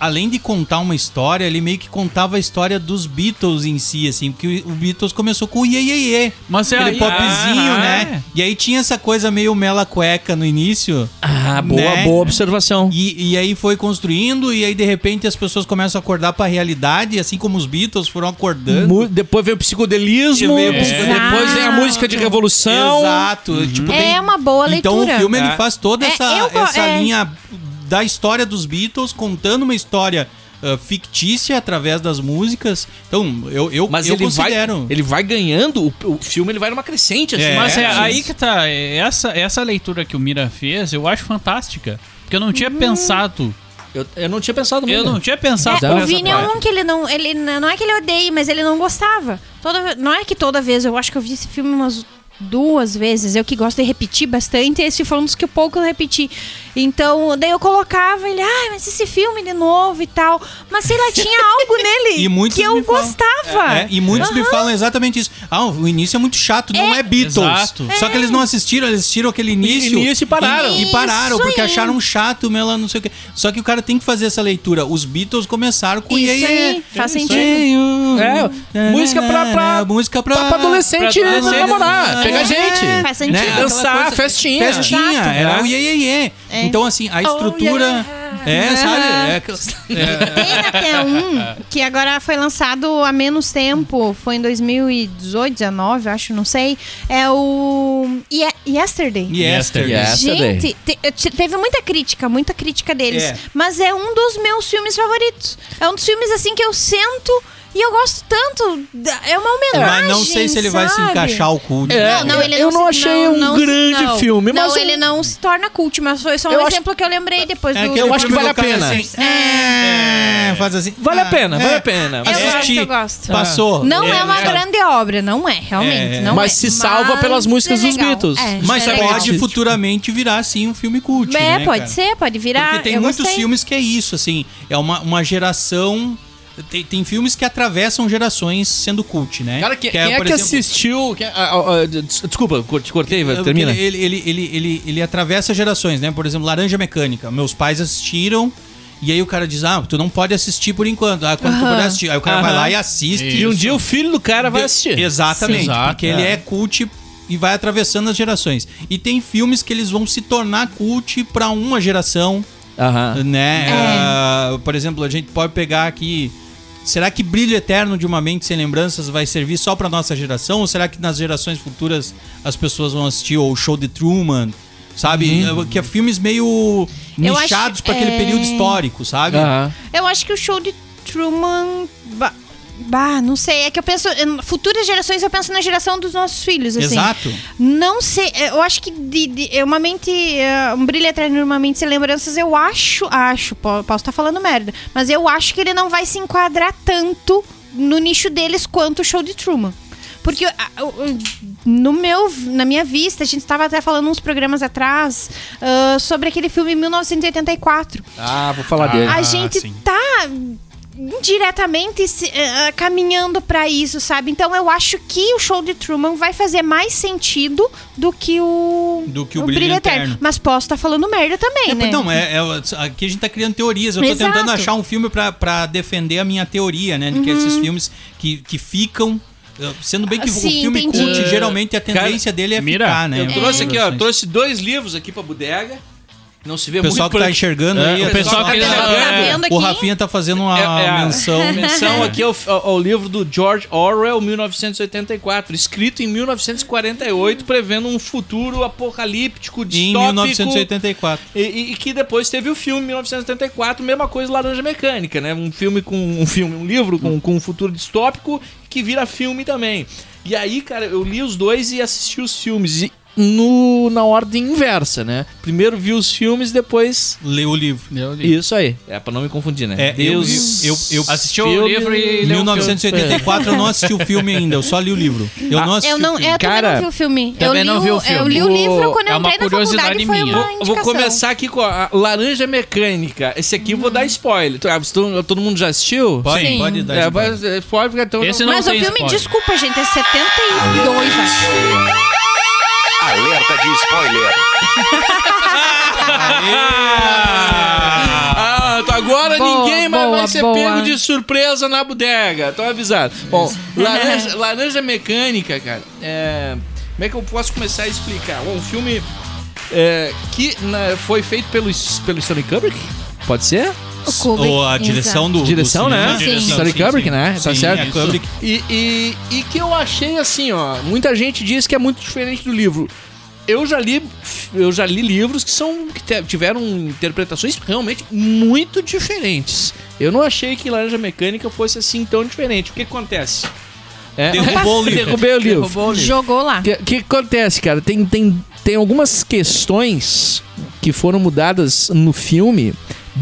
Speaker 4: além de contar uma história, ele meio que contava a história dos Beatles em si, assim, porque o, o Beatles começou com o iê, iê, iê.
Speaker 6: Mas é
Speaker 4: Aquele
Speaker 6: aí-
Speaker 4: popzinho,
Speaker 6: Ah,
Speaker 4: né? E aí tinha essa coisa meio mela cueca no início.
Speaker 3: Ah, boa,
Speaker 4: né?
Speaker 3: boa observação.
Speaker 4: E, e aí foi construindo, e aí de repente as pessoas começam a acordar pra realidade, assim como os Beatles foram acordando.
Speaker 3: Mu- depois vem o psicodelismo,
Speaker 4: E vem o
Speaker 3: é.
Speaker 4: psicodelismo.
Speaker 3: depois vem a música de revolução.
Speaker 4: Exato. Tipo, tem-
Speaker 5: É uma boa
Speaker 4: então
Speaker 5: leitura.
Speaker 4: o filme
Speaker 3: É.
Speaker 4: ele faz toda
Speaker 5: É,
Speaker 4: essa,
Speaker 5: eu go-
Speaker 4: essa
Speaker 5: é.
Speaker 4: linha da história dos Beatles, contando uma história ah, fictícia através das músicas. Então, eu, eu,
Speaker 3: Mas
Speaker 4: eu
Speaker 3: ele, vai,
Speaker 4: considero.
Speaker 3: ele vai ganhando, o, o filme ele vai numa crescente. Assim,
Speaker 4: É.
Speaker 6: Mas é,
Speaker 4: sim.
Speaker 6: aí que tá. é, Essa, essa leitura que o Mira fez, eu acho fantástica. Porque eu não
Speaker 5: Hum.
Speaker 6: tinha pensado.
Speaker 3: Eu, eu não tinha pensado
Speaker 6: Eu
Speaker 3: muito.
Speaker 6: não tinha pensado.
Speaker 5: É,
Speaker 3: por
Speaker 5: o
Speaker 3: essa
Speaker 5: Vini é um que ele não. Ele, n- não é que ele odeia, mas ele não gostava. Toda, não é que toda vez, eu acho que eu vi esse filme umas duas vezes. Eu que gosto de repetir bastante, esse foi um dos que pouco eu repeti. Então, daí eu colocava ele, ah, mas esse filme de novo e tal. Mas sei lá, tinha algo nele
Speaker 4: E muitos
Speaker 5: que eu
Speaker 4: me falam.
Speaker 5: gostava.
Speaker 4: É, e muitos me falam exatamente isso. Ah, o início é muito chato, não é, Beatles.
Speaker 6: Exato.
Speaker 4: Só que eles não assistiram, eles assistiram aquele início.
Speaker 3: início e pararam.
Speaker 4: E, e pararam,
Speaker 5: Isso
Speaker 4: porque
Speaker 5: aí.
Speaker 4: acharam chato, meu lá, não sei o quê. Só que o cara tem que fazer essa leitura. Os Beatles começaram com
Speaker 5: Isso
Speaker 4: iê, iê.
Speaker 5: aí, faz
Speaker 4: Isso
Speaker 5: sentido.
Speaker 4: aí.
Speaker 3: É, música pra- pra-
Speaker 4: música pra,
Speaker 3: Pra, pra adolescente
Speaker 6: pra adolescente.
Speaker 3: namorar, pegar
Speaker 5: É,
Speaker 3: gente.
Speaker 5: faz sentido.
Speaker 3: Né? Dançar,
Speaker 4: Aquela coisa-
Speaker 3: festinha.
Speaker 4: Festinha,
Speaker 3: Exato.
Speaker 4: era
Speaker 3: É.
Speaker 4: o iê, iê, iê. Então, assim,
Speaker 5: Oh,
Speaker 4: a estrutura... É, sabe? É aquela-
Speaker 5: Tem até um que agora foi lançado há menos tempo, foi em 2018, 19, eu acho, não sei. É o Ye- Yesterday.
Speaker 4: Yesterday.
Speaker 3: Yes. Yesterday.
Speaker 5: Gente, te- eu te- teve muita crítica, muita crítica deles.
Speaker 4: É.
Speaker 5: Mas é um dos meus filmes favoritos. É um dos filmes assim que eu sento e eu gosto tanto. da- É uma homenagem.
Speaker 4: Mas não sei se ele vai se
Speaker 5: sabe?
Speaker 4: encaixar o culto.
Speaker 3: É.
Speaker 5: Não, não, ele
Speaker 3: Eu não
Speaker 5: se-
Speaker 3: achei um
Speaker 5: se-
Speaker 3: grande filme,
Speaker 5: Não,
Speaker 3: mas eu-
Speaker 5: ele não se torna cult, mas foi só um
Speaker 3: Eu acho-
Speaker 5: exemplo que eu lembrei depois do.
Speaker 4: aquele
Speaker 3: eu acho que
Speaker 4: filme
Speaker 3: vale
Speaker 4: do
Speaker 3: a
Speaker 4: cara
Speaker 3: pena.
Speaker 4: assim, é, faz assim.
Speaker 3: Vale a pena,
Speaker 4: ah,
Speaker 3: vale
Speaker 4: é,
Speaker 3: a pena.
Speaker 5: Eu gosto,
Speaker 4: assisti,
Speaker 5: eu gosto.
Speaker 4: Passou.
Speaker 5: Não é, uma
Speaker 4: sabe?
Speaker 5: grande obra, não é, realmente.
Speaker 4: É.
Speaker 5: não
Speaker 3: Mas
Speaker 5: é.
Speaker 3: se salva pelas músicas
Speaker 5: é
Speaker 3: dos
Speaker 5: legal.
Speaker 3: Beatles.
Speaker 5: É,
Speaker 4: Mas
Speaker 5: é legal.
Speaker 4: pode futuramente virar, sim, um filme cult.
Speaker 5: É,
Speaker 4: né,
Speaker 5: pode
Speaker 4: cara?
Speaker 5: ser, pode virar.
Speaker 4: Porque tem
Speaker 5: eu
Speaker 4: muitos
Speaker 5: gostei.
Speaker 4: filmes que é isso, assim. É uma, uma geração. Tem, tem filmes que atravessam gerações sendo cult, né?
Speaker 3: Cara, que- quem é
Speaker 4: por
Speaker 3: que
Speaker 4: exemplo,
Speaker 3: assistiu. que- ah, ah, ah, des- desculpa, cor- te cortei, vai,
Speaker 4: É, Porque
Speaker 3: termina.
Speaker 4: Ele, ele, ele, ele, ele atravessa gerações, né? Por exemplo, Laranja Mecânica. Meus pais assistiram. E aí o cara diz, ah, tu não pode assistir por enquanto. Ah, quando tu puder assistir. Aí o cara vai
Speaker 3: Aham.
Speaker 4: lá e assiste.
Speaker 3: E um dia o filho do cara vai
Speaker 4: De-
Speaker 3: assistir.
Speaker 4: Exatamente.
Speaker 6: Sim.
Speaker 4: porque
Speaker 6: Exato,
Speaker 4: ele
Speaker 6: é.
Speaker 4: é cult e vai atravessando as gerações. E tem filmes que eles vão se tornar cult pra uma geração,
Speaker 3: Aham.
Speaker 4: né? Ah, por exemplo, a gente pode pegar aqui. Será que Brilho Eterno de uma Mente Sem Lembranças vai servir só pra nossa geração? Ou será que nas gerações futuras as pessoas vão assistir ou o Show de Truman? Sabe?
Speaker 3: Uhum.
Speaker 4: Que é filmes meio
Speaker 5: Eu acho-
Speaker 4: nichados pra aquele
Speaker 5: é.
Speaker 4: período histórico, sabe?
Speaker 3: Aham.
Speaker 5: Eu acho que o show de Truman. Bah, bah, não sei. É que eu penso. em Futuras gerações, eu penso na geração dos nossos filhos, assim.
Speaker 4: Exato.
Speaker 5: Não sei. é, Eu acho que de, de- é uma mente. é, Um brilho eterno de uma mente sem lembranças, eu acho. Acho. po- Posso estar falando merda. Mas eu acho que ele não vai se enquadrar tanto no nicho deles quanto o show de Truman. Porque a- o- o- no meu, na minha vista, a gente estava até falando uns programas atrás ah, sobre aquele filme 1984.
Speaker 3: Ah, vou falar dele.
Speaker 5: A gente
Speaker 6: sim.
Speaker 5: tá indiretamente se- eh, eh, caminhando pra isso, sabe? Então eu acho que o show de Truman vai fazer mais sentido do que o
Speaker 4: Do que o Brilho Eterno.
Speaker 5: Mas posso estar falando merda também,
Speaker 4: É,
Speaker 5: né?
Speaker 4: Não, é, é- aqui a gente tá criando teorias. Eu tô
Speaker 5: Exato.
Speaker 4: tentando achar um filme pra, pra defender a minha teoria, né? De
Speaker 5: Uhum.
Speaker 4: que esses filmes que, que ficam. eh, Sendo bem que o-
Speaker 5: Sim,
Speaker 4: o filme
Speaker 5: entendi.
Speaker 4: cult, geralmente a
Speaker 3: Cara,
Speaker 4: tendência dele é
Speaker 6: mira,
Speaker 4: ficar, né?
Speaker 3: Eu trouxe aqui, ó, trouxe dois livros aqui pra bodega. Não se vê
Speaker 4: O pessoal
Speaker 3: muito
Speaker 4: que tá
Speaker 3: por-
Speaker 4: enxergando
Speaker 6: É,
Speaker 4: aí.
Speaker 6: o
Speaker 4: é
Speaker 6: pessoal
Speaker 4: só-
Speaker 6: que
Speaker 3: tá
Speaker 5: um Tá
Speaker 6: é,
Speaker 5: vendo aqui?
Speaker 4: O Rafinha tá fazendo uma
Speaker 3: É, é a-
Speaker 4: menção.
Speaker 3: Menção aqui é ao, ao- ao livro do George Orwell, 1984, escrito em 1948, prevendo um futuro apocalíptico,
Speaker 4: Em
Speaker 3: distópico.
Speaker 4: 1984.
Speaker 3: E, e- e que depois teve o filme 1984, mesma coisa Laranja Mecânica, né? Um filme com um filme, um livro com, com um futuro distópico que vira filme também. E aí, cara, eu li os dois e assisti os filmes e no na ordem inversa, né? Primeiro vi os filmes, depois
Speaker 4: Leu o livro.
Speaker 6: Eu li.
Speaker 3: isso aí. É pra não me confundir, né?
Speaker 4: É, eu- eu- eu-
Speaker 6: Assistiu o livro e
Speaker 4: Em
Speaker 6: leu o filme.
Speaker 4: 1984 eu não assisti o filme ainda, eu só li o livro. Eu não assisti
Speaker 5: Eu
Speaker 4: o
Speaker 5: não,
Speaker 4: filme.
Speaker 5: eu
Speaker 3: Cara,
Speaker 5: também não vi o filme.
Speaker 6: assim, também
Speaker 5: eu li
Speaker 6: não vi o
Speaker 5: Eu
Speaker 6: filme.
Speaker 5: li o
Speaker 3: O-
Speaker 5: livro quando
Speaker 6: é
Speaker 5: eu entrei
Speaker 6: uma
Speaker 5: na faculdade
Speaker 6: curiosidade
Speaker 5: e foi
Speaker 6: minha.
Speaker 5: uma
Speaker 6: Vou-
Speaker 3: Vou- Vou
Speaker 5: indicação.
Speaker 3: começar aqui com a Laranja Mecânica. Esse aqui eu vou dar spoiler. Tu- ah, Todo todo mundo já assistiu?
Speaker 4: Pode,
Speaker 6: Sim.
Speaker 4: pode dar.
Speaker 3: É,
Speaker 4: spoiler.
Speaker 3: mas, é, spoiler porque todo
Speaker 6: Esse não
Speaker 5: Mas o
Speaker 6: tem
Speaker 5: filme,
Speaker 6: spoiler.
Speaker 5: desculpa, gente, é 72, acho.
Speaker 2: Alerta de spoiler.
Speaker 3: Ah, tu- agora
Speaker 1: Boa,
Speaker 3: ninguém mais
Speaker 1: boa,
Speaker 3: vai ser
Speaker 1: boa.
Speaker 3: pego de surpresa na bodega. Tô avisado. Bom, laranja, Laranja mecânica, cara. é, como é que eu posso começar a explicar? Bom, um filme é, que né, foi feito pelo, pelo Stanley Kubrick? Pode ser?
Speaker 5: O Kubrick,
Speaker 4: Ou a
Speaker 5: exato.
Speaker 4: direção do.
Speaker 3: Direção,
Speaker 4: do cinema.
Speaker 3: né?
Speaker 5: Sim.
Speaker 3: Stanley
Speaker 4: sim,
Speaker 3: Kubrick,
Speaker 4: sim.
Speaker 3: né? Tá
Speaker 4: Sim,
Speaker 3: certo?
Speaker 4: é Kubrick.
Speaker 3: E, e, e que eu achei assim, ó. Muita gente diz que é muito diferente do livro. Eu já li, eu já li livros que são que te- tiveram interpretações realmente muito diferentes. Eu não achei que Laranja Mecânica fosse assim tão diferente. O que acontece? É,
Speaker 4: Derrubou o livro.
Speaker 3: Derrubei o livro.
Speaker 5: Jogou lá.
Speaker 3: O que, que acontece, cara? Tem, tem, tem algumas questões que foram mudadas no filme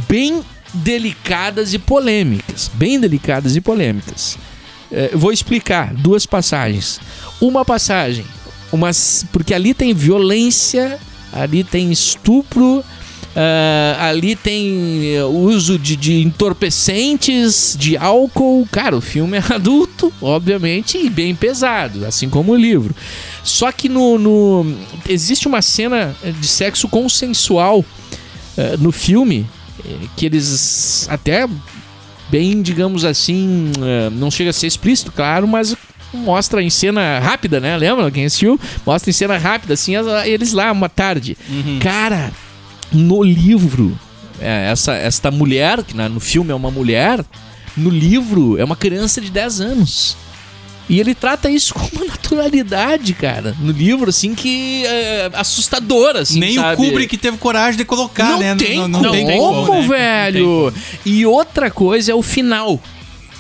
Speaker 3: bem delicadas e polêmicas. Bem delicadas e polêmicas. É, vou explicar duas passagens. Uma passagem, umas, porque ali tem violência, ali tem estupro, ah, ali tem eh, uso de, de entorpecentes, de álcool. Cara, o filme é adulto, obviamente, e bem pesado, assim como o livro. Só que no, no- existe uma cena de sexo consensual eh, no filme eh, que eles até bem, digamos assim, eh, não chega a ser explícito, claro, mas mostra em cena rápida, né? Lembra quem assistiu? Mostra em cena rápida, assim, as- eles lá uma tarde.
Speaker 4: Uhum.
Speaker 3: Cara, no livro, é, essa esta mulher, que na- no filme é uma mulher, no livro é uma criança de 10 anos. E ele trata isso com uma naturalidade, cara. No livro, assim, que é assustadora, assim,
Speaker 4: Nem
Speaker 3: sabe?
Speaker 4: o Kubrick teve coragem de colocar,
Speaker 3: não
Speaker 4: né?
Speaker 3: Tem
Speaker 4: não,
Speaker 3: como,
Speaker 4: tem né?
Speaker 3: velho. E outra coisa é o final.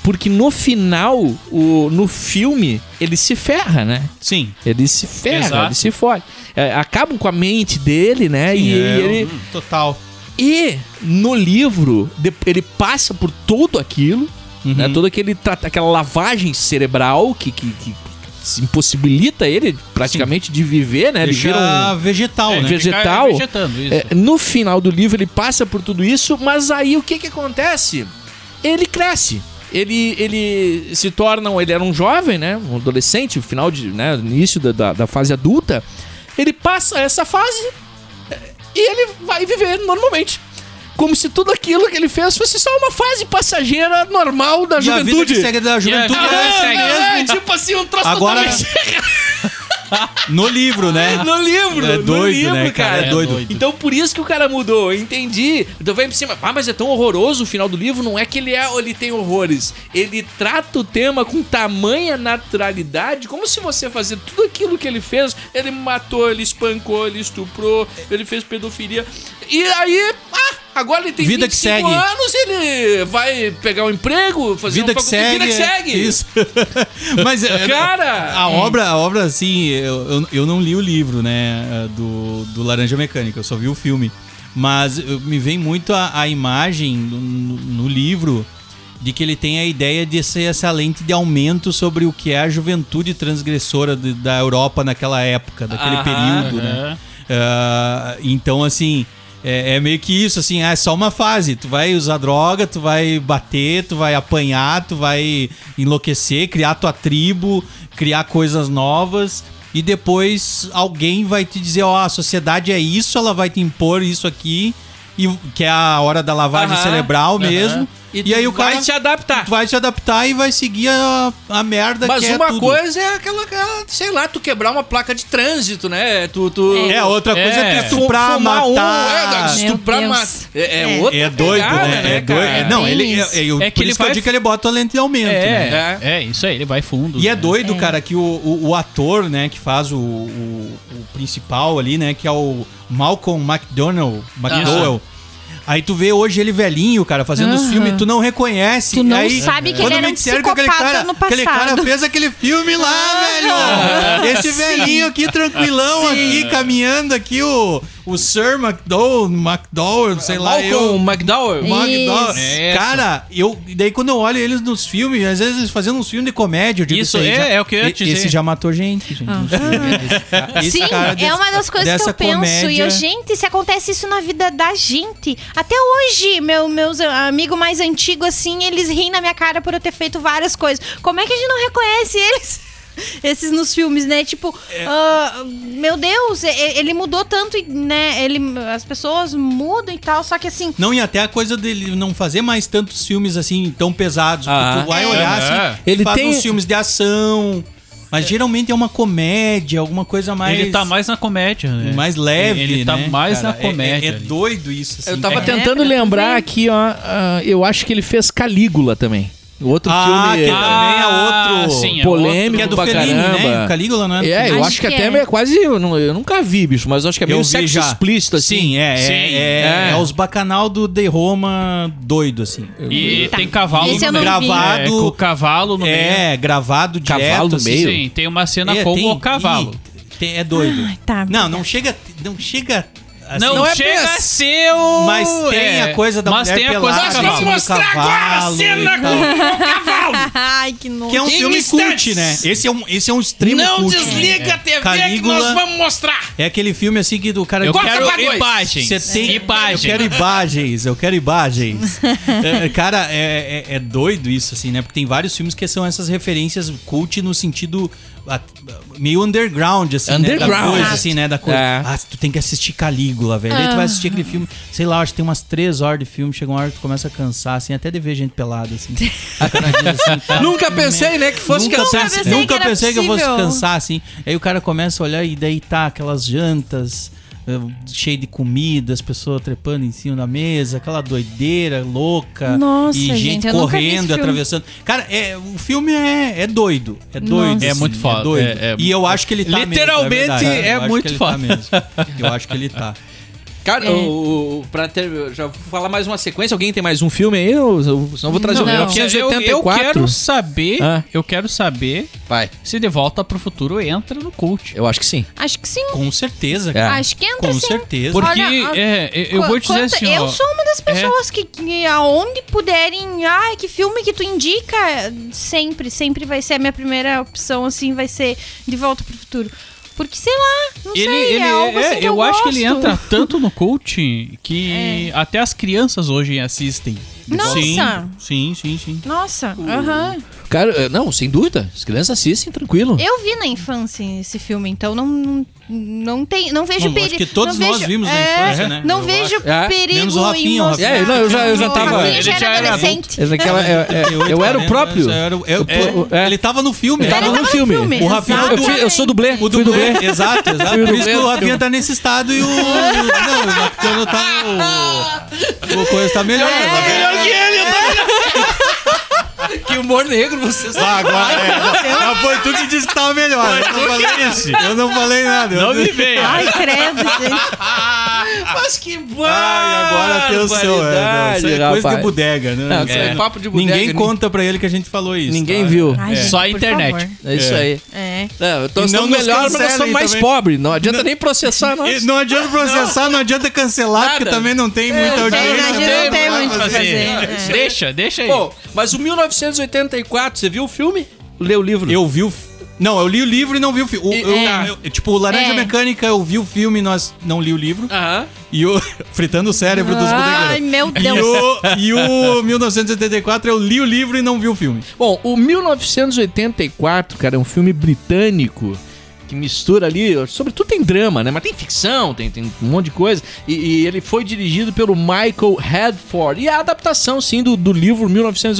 Speaker 3: Porque no final, o, no filme, ele se ferra, né?
Speaker 4: Sim.
Speaker 3: Ele se ferra,
Speaker 6: Exato.
Speaker 3: ele se fode. É, acabam com a mente dele, né?
Speaker 4: Sim,
Speaker 3: e,
Speaker 4: é,
Speaker 3: e ele,
Speaker 4: hum, Total.
Speaker 3: e no livro, de- ele passa por tudo aquilo,
Speaker 4: Uhum.
Speaker 3: né? Toda aquele, tra- aquela lavagem cerebral que, que, que se impossibilita ele praticamente de viver, né? Ele
Speaker 4: Deixa
Speaker 3: vira um-
Speaker 4: vegetal,
Speaker 6: É,
Speaker 4: né?
Speaker 3: vegetal.
Speaker 6: ficar vegetando, isso.
Speaker 3: é, no final do livro ele passa por tudo isso, mas aí o que que acontece? Ele cresce. Ele, ele se torna, um- ele era um jovem, né? Um adolescente, final de, né? Início da, da, da fase adulta. Ele passa essa fase é, e ele vai viver normalmente. Como se tudo aquilo que ele fez fosse só uma fase passageira normal da
Speaker 4: E a vida
Speaker 3: juventude. Ah,
Speaker 4: que segue da juventude
Speaker 6: vida
Speaker 4: é
Speaker 6: que
Speaker 4: essa
Speaker 6: segue.
Speaker 4: mesmo.
Speaker 3: é, tipo assim, um troço
Speaker 4: Agora-
Speaker 3: totalmente
Speaker 4: No livro, né?
Speaker 3: no livro,
Speaker 4: É
Speaker 3: no
Speaker 4: doido,
Speaker 3: livro,
Speaker 4: né,
Speaker 3: cara.
Speaker 4: cara? É doido.
Speaker 3: Então por isso que o cara mudou, eu entendi. Então vem por cima. Ah, mas é tão horroroso o final do livro, não é que ele é, ele tem horrores. Ele trata o tema com tamanha naturalidade, como se você fazer tudo aquilo que ele fez, ele matou, ele espancou, ele estuprou, ele fez pedofilia. E aí, ah, agora ele tem
Speaker 4: Vida que
Speaker 3: 25
Speaker 4: segue.
Speaker 3: anos, ele vai pegar um emprego, fazer
Speaker 4: Vida
Speaker 3: uma
Speaker 4: que
Speaker 3: faculdade,
Speaker 4: segue. é
Speaker 3: vida que segue.
Speaker 4: Isso. Mas é,
Speaker 3: Cara!
Speaker 4: a obra, a obra assim, eu, eu, eu não li o livro, né, do, do Laranja Mecânica, eu só vi o filme. Mas eu- me vem muito a, a imagem no, no- no livro de que ele tem a ideia de ser essa lente de aumento sobre o que é a juventude transgressora de- da Europa naquela época, daquele
Speaker 3: Aham.
Speaker 4: período, né?
Speaker 6: Aham.
Speaker 4: Ah, então, assim, É, é meio que isso, assim, ah, é só uma fase. Tu vai usar droga, tu vai bater, tu vai apanhar, tu vai enlouquecer, criar tua tribo, criar coisas novas. E depois alguém vai te dizer, ó, a sociedade é isso, ela vai te impor isso aqui, e, que é a hora da lavagem
Speaker 3: Aham,
Speaker 4: cerebral
Speaker 3: aham.
Speaker 4: mesmo. E,
Speaker 3: É. tu
Speaker 4: aí o cara
Speaker 3: vai se adaptar.
Speaker 4: tu vai te adaptar e vai seguir a, a merda
Speaker 3: Mas
Speaker 4: que é
Speaker 3: uma
Speaker 4: tudo.
Speaker 3: coisa é aquela, aquela, sei lá, tu quebrar uma placa de trânsito, né? Tu, tu
Speaker 4: É, outra coisa é,
Speaker 6: É.
Speaker 4: tu estuprar,
Speaker 3: fumar um,
Speaker 4: matar.
Speaker 3: é, estuprar,
Speaker 1: Meu
Speaker 3: matar.
Speaker 1: Deus.
Speaker 3: É, é
Speaker 5: É.
Speaker 3: outra
Speaker 4: É doido,
Speaker 3: pegada,
Speaker 4: né? É doido.
Speaker 3: cara?
Speaker 4: Não,
Speaker 5: Tem
Speaker 4: ele,
Speaker 5: isso.
Speaker 4: é, eu,
Speaker 6: É que
Speaker 4: por
Speaker 6: ele
Speaker 4: isso que eu
Speaker 6: vai-
Speaker 4: digo que ele bota a lente de aumento. né?
Speaker 6: É, é, isso aí, ele vai fundo.
Speaker 4: E é
Speaker 6: né?
Speaker 4: doido,
Speaker 5: É.
Speaker 4: cara, que o, o, o ator, né, que faz o, o, o principal ali, né, que é o Malcolm McDonald, McDowell. Aí tu vê hoje ele velhinho, cara, fazendo os
Speaker 1: Aham.
Speaker 4: filmes, tu não reconhece.
Speaker 1: Tu não
Speaker 4: Aí,
Speaker 5: sabe que
Speaker 4: quando
Speaker 5: ele era
Speaker 4: me
Speaker 5: um
Speaker 4: disseram que aquele
Speaker 5: psicopata
Speaker 4: cara,
Speaker 5: no
Speaker 4: Aquele cara
Speaker 5: passado. Ah.
Speaker 4: fez aquele filme lá, velho. Esse velhinho aqui, tranquilão aqui, caminhando aqui, o, o Sir McDowell, McDowell, sei lá,
Speaker 3: Malcolm
Speaker 4: eu...
Speaker 3: McDowell.
Speaker 4: Bob Dawson.
Speaker 6: Isso.
Speaker 4: Cara, eu. Daí quando eu olho eles nos filmes, às vezes eles fazendo uns filmes de comédia, eu digo
Speaker 6: Isso,
Speaker 4: "Esse aí
Speaker 6: é- é o que eu ia
Speaker 4: e-
Speaker 6: te dizer." Ah,
Speaker 4: Esse já matou gente, gente. Esse
Speaker 5: Ah. Sim,
Speaker 4: cara
Speaker 5: é
Speaker 4: dessa-
Speaker 5: uma das coisas que
Speaker 4: é dessa
Speaker 5: eu penso. E
Speaker 4: comédia-
Speaker 5: eu, gente, se acontece isso na vida da gente. Até hoje, meu, meus amigos mais antigos, assim, eles riem na minha cara por eu ter feito várias coisas. Como é que a gente não reconhece eles? Esses nos filmes, né? Tipo,
Speaker 4: É.
Speaker 5: ah, meu Deus, e- e- ele mudou tanto, e, né? Ele, as pessoas mudam e tal, só que assim,
Speaker 4: Não, e até a coisa dele não fazer mais tantos filmes assim tão pesados.
Speaker 3: Ah.
Speaker 4: tu vai olhar
Speaker 6: É.
Speaker 4: assim,
Speaker 3: Ele
Speaker 4: ele faz
Speaker 3: tem-
Speaker 4: uns filmes de ação. Mas geralmente é uma comédia, alguma coisa mais. É.
Speaker 6: Ele tá mais na comédia, né?
Speaker 4: mais leve.
Speaker 6: Ele tá
Speaker 4: né,
Speaker 6: mais
Speaker 4: cara?
Speaker 6: na
Speaker 4: É- é-
Speaker 6: comédia.
Speaker 4: É,
Speaker 6: ali.
Speaker 4: doido isso, assim.
Speaker 3: Eu tava
Speaker 4: cara.
Speaker 3: tentando lembrar aqui, ó. ah, eu acho que ele fez Calígula também. O outro
Speaker 4: Ah,
Speaker 3: filme
Speaker 4: que também é
Speaker 6: Ah,
Speaker 4: outro.
Speaker 6: sim, é
Speaker 3: polêmico
Speaker 4: Que é do
Speaker 3: pra
Speaker 4: Fellini, né?
Speaker 3: caramba.
Speaker 4: O Calígula, não é? do
Speaker 3: É,
Speaker 4: Fellini.
Speaker 3: eu
Speaker 5: Acho
Speaker 3: acho que,
Speaker 5: que
Speaker 3: até
Speaker 5: é.
Speaker 3: é. meio- quase. Eu, não- eu nunca vi, bicho, mas eu acho que é meio
Speaker 4: vi
Speaker 3: sexo
Speaker 4: já.
Speaker 3: explícito, assim.
Speaker 4: Sim, é,
Speaker 6: Sim.
Speaker 4: é, é,
Speaker 3: É.
Speaker 4: é os bacanal do The Roma doido, assim.
Speaker 6: E tem cavalo
Speaker 5: Esse eu
Speaker 6: no
Speaker 5: não
Speaker 6: meio.
Speaker 5: vi.
Speaker 6: É, com o cavalo no meio.
Speaker 4: é, gravado direto.
Speaker 3: Cavalo no
Speaker 4: assim.
Speaker 3: meio.
Speaker 6: Sim, tem assim uma cena
Speaker 4: É,
Speaker 6: com
Speaker 4: tem-
Speaker 6: o cavalo.
Speaker 4: Ih, tem- é doido.
Speaker 5: Ai, tá.
Speaker 4: Não, não chega... Não chega... assim,
Speaker 6: não,
Speaker 3: é
Speaker 6: chega
Speaker 3: bem
Speaker 6: a ser o... É,
Speaker 4: Mas tem a coisa da
Speaker 6: mas
Speaker 4: mulher
Speaker 6: tem a
Speaker 4: pelada.
Speaker 6: coisa
Speaker 4: Mas
Speaker 6: do
Speaker 4: vamos
Speaker 6: cavalo.
Speaker 4: mostrar agora a cena tá
Speaker 5: ai, que nojo.
Speaker 4: Que é um filme cult, né? Esse é um, esse é um extremo
Speaker 7: Não
Speaker 4: cult.
Speaker 7: desliga a TV
Speaker 4: Calígula-
Speaker 7: que nós vamos mostrar.
Speaker 4: É aquele filme assim que o cara...
Speaker 6: Eu
Speaker 7: Corta pra
Speaker 6: quero
Speaker 7: dois.
Speaker 6: imagens.
Speaker 4: Você tem
Speaker 6: Imagens.
Speaker 4: Eu quero imagens, eu quero imagens. É, cara, é, é- é doido isso, assim, né? Porque tem vários filmes que são essas referências cult no sentido ah, meio underground, assim, né? Da
Speaker 3: Underground.
Speaker 4: coisa, assim, né? Da coisa.
Speaker 3: É.
Speaker 4: Ah, tu tem que assistir Calígula, velho. Aí tu vai assistir aquele filme, sei lá, acho que tem umas três horas de filme, chega uma hora que tu começa a cansar, assim, até de ver gente pelada, assim. O cara diz assim, cara,
Speaker 3: Nunca pensei, né, que fosse
Speaker 4: nunca
Speaker 3: cansar.
Speaker 4: pensei,
Speaker 5: pensei
Speaker 4: nunca
Speaker 5: que era
Speaker 4: pensei que eu fosse
Speaker 5: possível.
Speaker 4: cansar assim. Aí o cara começa a olhar e daí tá aquelas jantas eh, cheio de comida, as pessoas trepando em cima da mesa, aquela doideira louca
Speaker 5: Nossa,
Speaker 4: e gente,
Speaker 5: gente, eu nunca vi esse
Speaker 4: correndo,
Speaker 5: filme.
Speaker 4: atravessando. Cara, é, o filme é, é doido, é doido,
Speaker 5: Nossa.
Speaker 6: É muito foda,
Speaker 4: doido.
Speaker 6: é- é-
Speaker 4: e eu acho que ele tá mesmo,
Speaker 6: Literalmente
Speaker 4: verdade.
Speaker 6: é
Speaker 4: Eu acho
Speaker 6: muito
Speaker 4: que ele
Speaker 6: foda.
Speaker 4: Tá mesmo. Eu acho que ele tá.
Speaker 3: Cara, o, o- pra ter, eu já vou falar mais uma sequência. Alguém tem mais um filme aí? Eu, eu, senão eu vou trazer o
Speaker 1: Não.
Speaker 3: meu.
Speaker 6: Eu,
Speaker 3: 1984.
Speaker 6: eu quero saber...
Speaker 3: Ah.
Speaker 6: Eu quero saber
Speaker 3: Vai.
Speaker 6: se De Volta pro Futuro entra no cult.
Speaker 3: Eu acho que sim.
Speaker 5: Acho que sim.
Speaker 4: Com certeza, cara.
Speaker 5: Acho que entra
Speaker 4: Com
Speaker 5: sim.
Speaker 4: certeza.
Speaker 6: Porque,
Speaker 5: Olha, a-
Speaker 6: é, eu eu vou te dizer
Speaker 5: Quanta-
Speaker 6: assim,
Speaker 5: Eu
Speaker 6: ó...
Speaker 5: sou uma das
Speaker 6: é.
Speaker 5: pessoas que, que aonde puderem... Ai, que filme que tu indica, sempre, sempre vai ser a minha primeira opção, assim, vai ser De Volta pro Futuro. Porque, sei lá, não
Speaker 6: Ele,
Speaker 5: sei,
Speaker 6: ele
Speaker 5: é algo assim
Speaker 6: é,
Speaker 5: que eu,
Speaker 6: eu acho que ele
Speaker 5: gosto. É.
Speaker 6: entra tanto no coaching que até as crianças hoje assistem.
Speaker 5: Nossa!
Speaker 4: Sim, sim, sim, sim.
Speaker 5: Nossa, aham.
Speaker 3: Cara, eh, não, sem dúvida. As crianças assistem, tranquilo.
Speaker 5: Eu vi na infância esse filme, então não, não, não tem, não vejo
Speaker 4: Bom,
Speaker 5: perigo.
Speaker 4: acho que todos
Speaker 5: não
Speaker 4: nós
Speaker 5: vejo-
Speaker 4: vimos na
Speaker 5: é,
Speaker 4: infância, né?
Speaker 5: Não
Speaker 4: Eu
Speaker 5: vejo
Speaker 3: É,
Speaker 5: perigo
Speaker 4: menos o Rafinha,
Speaker 5: em
Speaker 4: o
Speaker 5: mostrar.
Speaker 3: Rafinha. É, não, eu já- eu já
Speaker 5: O
Speaker 3: tava-
Speaker 5: Rafinha
Speaker 6: ele
Speaker 5: já
Speaker 6: já
Speaker 5: era
Speaker 6: era
Speaker 5: adolescente.
Speaker 3: Essa aquela, é- é- eu era o
Speaker 4: 40
Speaker 3: próprio.
Speaker 4: anos, né? eu era o- eu- eu-
Speaker 3: É.
Speaker 4: Ele tava no filme.
Speaker 3: Eu
Speaker 4: né?
Speaker 3: tava
Speaker 5: Ele tá
Speaker 3: no filme.
Speaker 4: O Rafinha-
Speaker 3: Eu, fui- eu sou dublê.
Speaker 4: O
Speaker 3: fui
Speaker 4: dublê, exato, exato.
Speaker 3: Fui
Speaker 4: Por isso
Speaker 3: dublê
Speaker 4: que
Speaker 3: do
Speaker 4: o Rafinha
Speaker 3: filme.
Speaker 4: tá nesse estado e o. Não, o Marcano tá. O, o coisa tá melhor. tá melhor.
Speaker 3: Que humor negro vocês
Speaker 4: Ah, agora, é, não, não, foi tu que disse que tava melhor. Eu não falei isso. Eu não falei nada. eu-
Speaker 6: veio.
Speaker 5: Ai, credo, gente.
Speaker 3: Mas que bom!
Speaker 4: Ai, agora tem o seu. É, não, isso é coisa de bodega, né?
Speaker 3: Não, isso é
Speaker 4: É.
Speaker 3: papo de bodega,
Speaker 4: Ninguém
Speaker 3: né?
Speaker 4: conta pra ele que a gente falou isso.
Speaker 3: Ninguém
Speaker 4: tá?
Speaker 3: viu.
Speaker 5: Ai, gente,
Speaker 6: Só a
Speaker 5: por
Speaker 6: internet.
Speaker 5: favor.
Speaker 3: É isso aí.
Speaker 5: É.
Speaker 3: Não, Né, eu tô
Speaker 4: E não
Speaker 3: sendo
Speaker 4: nos
Speaker 3: melhor, mas eu sou
Speaker 4: cancelem
Speaker 3: mais
Speaker 4: também.
Speaker 3: pobre. Não adianta nem processar nós.
Speaker 4: E Não adianta processar, não, adianta cancelar,
Speaker 3: Nada.
Speaker 4: porque também É, não tem muita
Speaker 5: tem,
Speaker 4: audiência.
Speaker 5: não tem, não tem
Speaker 4: vai
Speaker 5: muito o que
Speaker 4: fazer.
Speaker 5: fazer. é.
Speaker 6: Deixa, deixa aí.
Speaker 3: Pô, mas o 1984, você viu o filme? Leu o livro?
Speaker 4: Eu vi o. Não, eu li o livro e não vi o filme. O- eu-
Speaker 3: É.
Speaker 4: eu- tipo, o Laranja
Speaker 5: É.
Speaker 4: Mecânica, eu vi o filme, nós não li o livro.
Speaker 3: Aham.
Speaker 4: E o Fritando o Cérebro dos
Speaker 5: Ai,
Speaker 4: Bodegueiros.
Speaker 5: meu
Speaker 4: E
Speaker 5: Deus.
Speaker 4: o, e o 1984, eu li o livro e não vi o filme.
Speaker 3: Bom, o 1984, cara, é um filme britânico que mistura ali, sobretudo tem drama, né? Mas tem ficção, tem, tem um monte de coisa. E, e ele foi dirigido pelo Michael Radford. E a adaptação, sim, do, do livro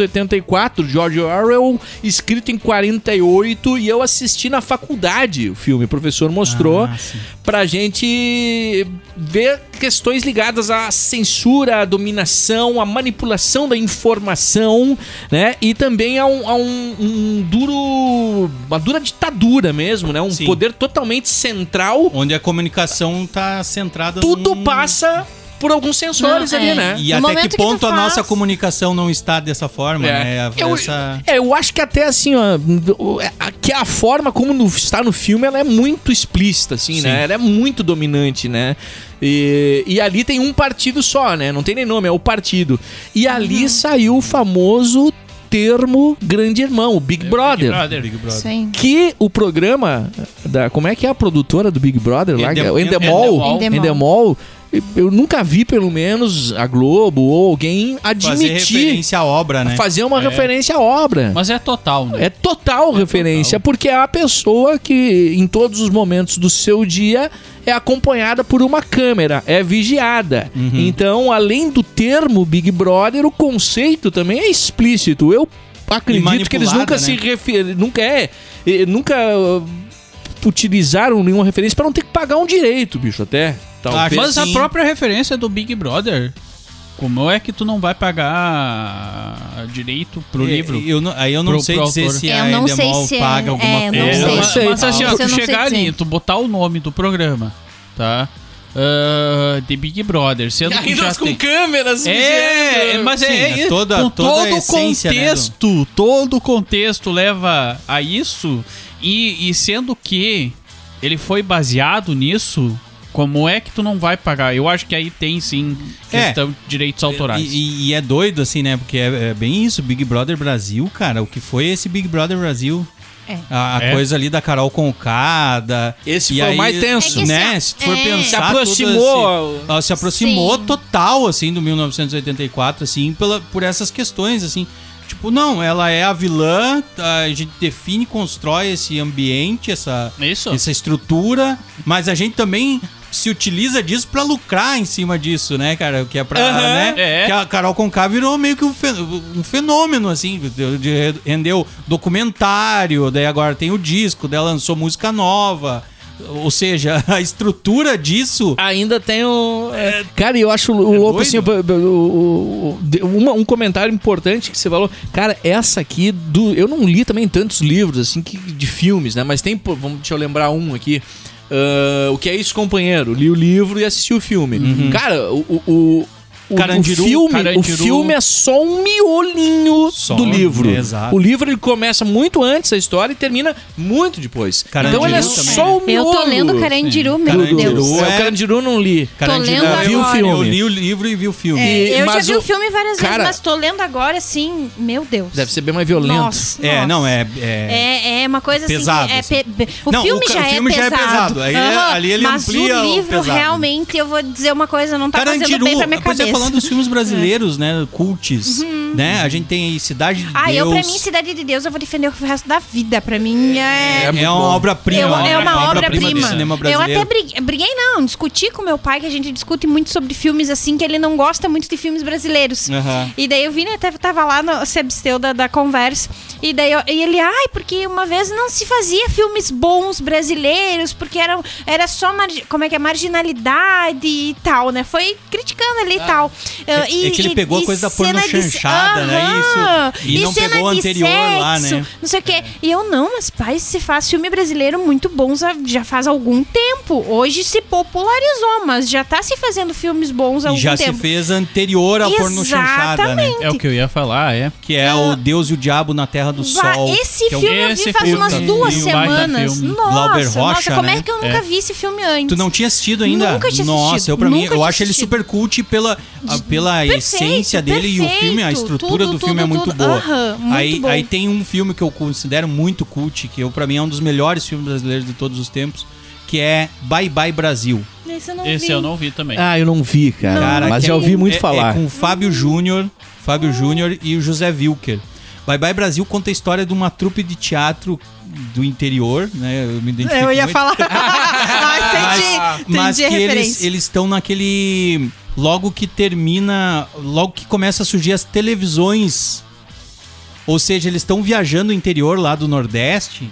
Speaker 3: 1984, George Orwell, escrito em 48. E eu assisti na faculdade o filme. O professor mostrou
Speaker 4: Ah, sim.
Speaker 3: pra gente ver questões ligadas à censura, à dominação, à manipulação da informação, né? E também a um, a um- um duro. uma dura ditadura mesmo, né? Um
Speaker 4: Sim.
Speaker 3: poder totalmente central.
Speaker 4: Onde a comunicação tá centrada
Speaker 3: Tudo
Speaker 4: num-
Speaker 3: passa por alguns sensores
Speaker 5: Não,
Speaker 3: ali,
Speaker 5: é.
Speaker 3: né?
Speaker 4: E
Speaker 5: No
Speaker 4: até
Speaker 5: momento
Speaker 4: que
Speaker 5: que tu
Speaker 4: ponto a nossa
Speaker 5: faz-
Speaker 4: comunicação não está dessa forma, né? A-
Speaker 3: eu,
Speaker 4: essa-
Speaker 3: é, eu acho que até assim, ó, a- que a forma como no- está no filme, ela é muito explícita, assim,
Speaker 4: Sim.
Speaker 3: né? Ela é muito dominante, né? E, e ali tem um partido só, né? Não tem nem nome, é o partido. E ali saiu o famoso termo Grande Irmão, o Big Brother.
Speaker 4: Big Brother.
Speaker 5: Sim.
Speaker 3: Que o programa da. Como é que é a produtora do Big Brother lá? é
Speaker 4: Endem-
Speaker 3: o Endemol.
Speaker 5: Endemol.
Speaker 3: Endemol. Eu nunca vi, pelo menos, a Globo ou alguém
Speaker 4: Fazer
Speaker 3: admitir
Speaker 4: referência à obra, né?
Speaker 3: fazer uma referência à obra.
Speaker 6: Mas é total, né?
Speaker 3: É total referência, porque é a pessoa que em todos os momentos do seu dia é acompanhada por uma câmera, é vigiada. Então, além do termo Big Brother, o conceito também é explícito. Eu acredito que eles
Speaker 4: manipulada,
Speaker 3: nunca
Speaker 4: né?
Speaker 3: se referem, nunca é, eh, nunca uh, utilizaram nenhuma referência para não ter que pagar um direito, bicho, até. Talvez.
Speaker 6: Mas a
Speaker 4: É, Sim.
Speaker 6: própria referência do Big Brother, como é que tu não vai pagar direito pro
Speaker 4: É,
Speaker 6: livro?
Speaker 4: eu não- aí eu não
Speaker 6: Pro-
Speaker 4: sei
Speaker 6: pro
Speaker 4: dizer
Speaker 6: autor.
Speaker 4: se
Speaker 5: Eu
Speaker 4: a
Speaker 5: não sei
Speaker 4: Endemol
Speaker 5: se é-
Speaker 4: paga alguma
Speaker 5: é, não
Speaker 4: coisa.
Speaker 3: sei.
Speaker 6: mas-
Speaker 3: sei.
Speaker 6: Mas assim, ó,
Speaker 5: Isso eu
Speaker 6: tu
Speaker 5: não sei
Speaker 6: chegar
Speaker 5: dizer.
Speaker 6: ali, tu botar o nome do programa, tá? Ah, The Big Brother, sendo que já tem...
Speaker 3: câmeras,
Speaker 6: É,
Speaker 3: vigiando.
Speaker 6: mas é,
Speaker 4: Sim,
Speaker 6: é,
Speaker 4: é toda-
Speaker 6: com
Speaker 4: toda
Speaker 6: todo
Speaker 4: a essência, né,
Speaker 6: contexto, todo o contexto leva a isso e, e sendo que ele foi baseado nisso, como é que tu não vai pagar? Eu acho que aí tem sim
Speaker 4: É.
Speaker 6: questão de direitos autorais.
Speaker 4: E, e- e é doido, assim, né? Porque é, é bem isso, Big Brother Brasil, cara. O que foi esse Big Brother Brasil?
Speaker 5: É.
Speaker 4: A, a
Speaker 6: É.
Speaker 4: coisa ali da Carol Conká, da...
Speaker 3: Esse
Speaker 4: e
Speaker 3: foi o
Speaker 4: aí,
Speaker 3: mais tenso.
Speaker 5: É que
Speaker 4: né?
Speaker 5: assim,
Speaker 4: Se tu for
Speaker 5: é.
Speaker 4: pensar...
Speaker 3: Se
Speaker 4: todo
Speaker 3: aproximou.
Speaker 4: esse- ela se aproximou
Speaker 5: Sim.
Speaker 4: total, assim, do 1984, assim, pela, por essas questões, assim. Tipo, não, ela é a vilã, a gente define, constrói esse ambiente, essa
Speaker 6: é Isso.
Speaker 4: essa estrutura, mas a gente também se utiliza disso pra lucrar em cima disso, né, cara? Que é pra,
Speaker 3: Aham,
Speaker 4: né?
Speaker 6: é.
Speaker 4: Que a Carol Conká virou meio que um fe- um fenômeno, assim, de- de- rendeu documentário, daí agora tem o disco, daí ela lançou música nova. Ou seja, a estrutura disso.
Speaker 3: ainda tem o. é, cara, eu acho o louco
Speaker 4: É. doido?
Speaker 3: assim. o- o- o- de- uma- um comentário importante que você falou. Cara, essa aqui. Do, eu não li também tantos livros, assim, que, de filmes, né? Mas tem. pô, Vamos, deixa eu lembrar um aqui. Ah, o que é isso, companheiro? Li o livro e assisti o filme. Cara, o. o- o- o-
Speaker 4: Uhum. Carandiru,
Speaker 3: o filme, o
Speaker 6: Carandiru.
Speaker 3: filme é só um miolinho
Speaker 4: Só, um
Speaker 3: do livro.
Speaker 4: exato.
Speaker 3: O livro ele começa muito antes da história e termina muito depois.
Speaker 4: Carandiru
Speaker 3: então ele é
Speaker 4: também, né?
Speaker 3: só o
Speaker 5: Eu
Speaker 3: miolo.
Speaker 5: tô lendo Carandiru, meu
Speaker 4: Carandiru.
Speaker 5: Deus.
Speaker 3: É, o Carandiru não li.
Speaker 5: lendo
Speaker 4: eu vi o
Speaker 5: agora.
Speaker 4: filme. Eu
Speaker 3: filme.
Speaker 4: li o livro e vi o filme.
Speaker 3: É. E-
Speaker 5: eu já
Speaker 3: mas
Speaker 5: vi
Speaker 3: o-
Speaker 5: o filme várias
Speaker 3: cara-
Speaker 5: vezes, mas tô lendo agora, assim, meu Deus.
Speaker 3: Deve ser bem mais violento.
Speaker 5: Nossa,
Speaker 4: É,
Speaker 5: nossa.
Speaker 4: não, é. é...
Speaker 5: É, é uma coisa assim.
Speaker 4: Pesado,
Speaker 5: é
Speaker 4: assim.
Speaker 5: pe- be- O
Speaker 4: Não,
Speaker 5: filme,
Speaker 4: o ca-
Speaker 5: já,
Speaker 4: o filme
Speaker 5: é
Speaker 4: já é pesado, aí ele-
Speaker 5: Aham,
Speaker 4: ali ele
Speaker 5: mas
Speaker 4: amplia o
Speaker 5: o livro
Speaker 4: pesado.
Speaker 5: realmente, eu vou dizer uma coisa, não tá fazendo bem pra minha
Speaker 4: pois
Speaker 5: cabeça. Uhum.
Speaker 4: é, falando dos filmes brasileiros, né? Cults, né? A gente tem aí Cidade de
Speaker 5: ah,
Speaker 4: Deus.
Speaker 5: eu pra mim, Cidade de Deus, eu vou defender o resto da vida. Pra mim é.
Speaker 4: É,
Speaker 3: muito
Speaker 4: uma
Speaker 3: bom.
Speaker 4: obra-prima.
Speaker 5: Eu- é
Speaker 6: uma
Speaker 5: uma
Speaker 6: obra-prima
Speaker 5: obra-prima.
Speaker 4: do cinema
Speaker 5: Eu
Speaker 4: brasileiro.
Speaker 5: até briguei, briguei, não, discuti com meu pai, que a gente discute muito sobre filmes assim, que ele não gosta muito de filmes brasileiros.
Speaker 4: Aham.
Speaker 5: E daí eu vi, né, até tava lá, no, se absteu da, da conversa. E daí eu- e ele, ai, porque uma vez não se fazia filmes bons brasileiros, porque era, era só, margi- como é que é, marginalidade e tal, né? Foi criticando ali e tal.
Speaker 4: É- é que ele pegou a coisa da
Speaker 5: cena de-
Speaker 4: pornochanchada, né?
Speaker 5: Aham.
Speaker 4: Isso. E não
Speaker 5: cena
Speaker 4: pegou o
Speaker 5: de
Speaker 4: anterior lá,
Speaker 5: sexo,
Speaker 4: né?
Speaker 5: não sei o quê. E eu não, mas pai, se faz filme brasileiro muito bons há- já faz algum tempo. Hoje se popularizou, mas já tá se fazendo filmes bons há
Speaker 4: E
Speaker 5: algum
Speaker 4: já
Speaker 5: tempo.
Speaker 4: se fez anterior à pornochanchada, né?
Speaker 5: Exatamente.
Speaker 6: É o que eu ia falar, é.
Speaker 4: Que é o Deus e o Diabo na Terra do
Speaker 5: Bah,
Speaker 4: Sol.
Speaker 5: esse
Speaker 4: que é um-
Speaker 5: filme eu
Speaker 6: esse
Speaker 5: vi faz
Speaker 6: filme
Speaker 5: umas
Speaker 6: também.
Speaker 5: duas
Speaker 6: Um baita
Speaker 5: semanas.
Speaker 6: filme.
Speaker 5: Nossa,
Speaker 4: Glauber Rocha,
Speaker 5: nossa, como
Speaker 4: né?
Speaker 5: é que eu nunca vi esse filme antes?
Speaker 4: Tu não tinha assistido ainda?
Speaker 5: Nunca tinha
Speaker 4: Nossa,
Speaker 5: assistido,
Speaker 4: eu pra mim,
Speaker 5: nunca
Speaker 4: eu
Speaker 5: tinha
Speaker 4: acho ele
Speaker 5: assistido.
Speaker 4: super cult pela, a- pela
Speaker 5: Perfeito,
Speaker 4: essência dele e o filme, a
Speaker 5: perfeito.
Speaker 4: estrutura
Speaker 5: tudo,
Speaker 4: do filme é
Speaker 5: tudo,
Speaker 4: muito
Speaker 5: tudo.
Speaker 4: boa.
Speaker 5: Aham, muito
Speaker 4: aí,
Speaker 5: bom.
Speaker 4: aí tem um filme que eu considero muito cult, que eu, pra mim é um dos melhores filmes brasileiros de todos os tempos, que é Bye Bye Brasil.
Speaker 5: Esse eu não
Speaker 6: Esse
Speaker 5: vi.
Speaker 6: eu não vi
Speaker 4: É.
Speaker 6: também.
Speaker 7: Ah, eu não vi, cara.
Speaker 4: Cara,
Speaker 7: mas
Speaker 4: que
Speaker 7: já
Speaker 4: é-
Speaker 7: ouvi muito
Speaker 4: é- é
Speaker 7: falar.
Speaker 4: com o Fábio Júnior, Fábio Júnior e o José Wilker. Bye Bye Brasil conta a história de uma trupe de teatro do interior, né? Eu me identifico
Speaker 5: Eu ia
Speaker 4: muito.
Speaker 5: falar. ah, entendi.
Speaker 4: mas que
Speaker 5: entendi a
Speaker 4: eles
Speaker 5: referência.
Speaker 4: eles estão naquele logo que termina, logo que começa a surgir as televisões. Ou seja, eles estão viajando o interior lá do Nordeste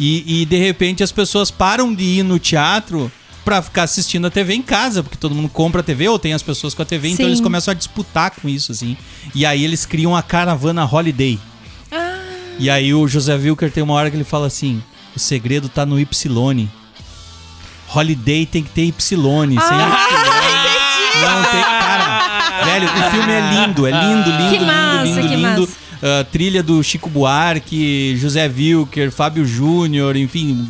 Speaker 4: e, e, de repente as pessoas param de ir no teatro pra ficar assistindo a TV em casa, porque todo mundo compra a TV ou tem as pessoas com a TV, então
Speaker 5: Sim.
Speaker 4: eles começam a disputar com isso assim. E aí eles criam a caravana Holiday.
Speaker 5: Ah.
Speaker 4: E aí o José Wilker tem uma hora que ele fala assim: "O segredo tá no Y". Holiday tem que ter Y, sem Y.
Speaker 5: Ah,
Speaker 4: Não tem, cara. Velho, o filme é lindo, é lindo, lindo,
Speaker 5: Que
Speaker 4: lindo,
Speaker 5: massa,
Speaker 4: lindo,
Speaker 5: que
Speaker 4: lindo.
Speaker 5: massa.
Speaker 4: Ah, trilha do Chico Buarque, José Wilker, Fábio Júnior, enfim.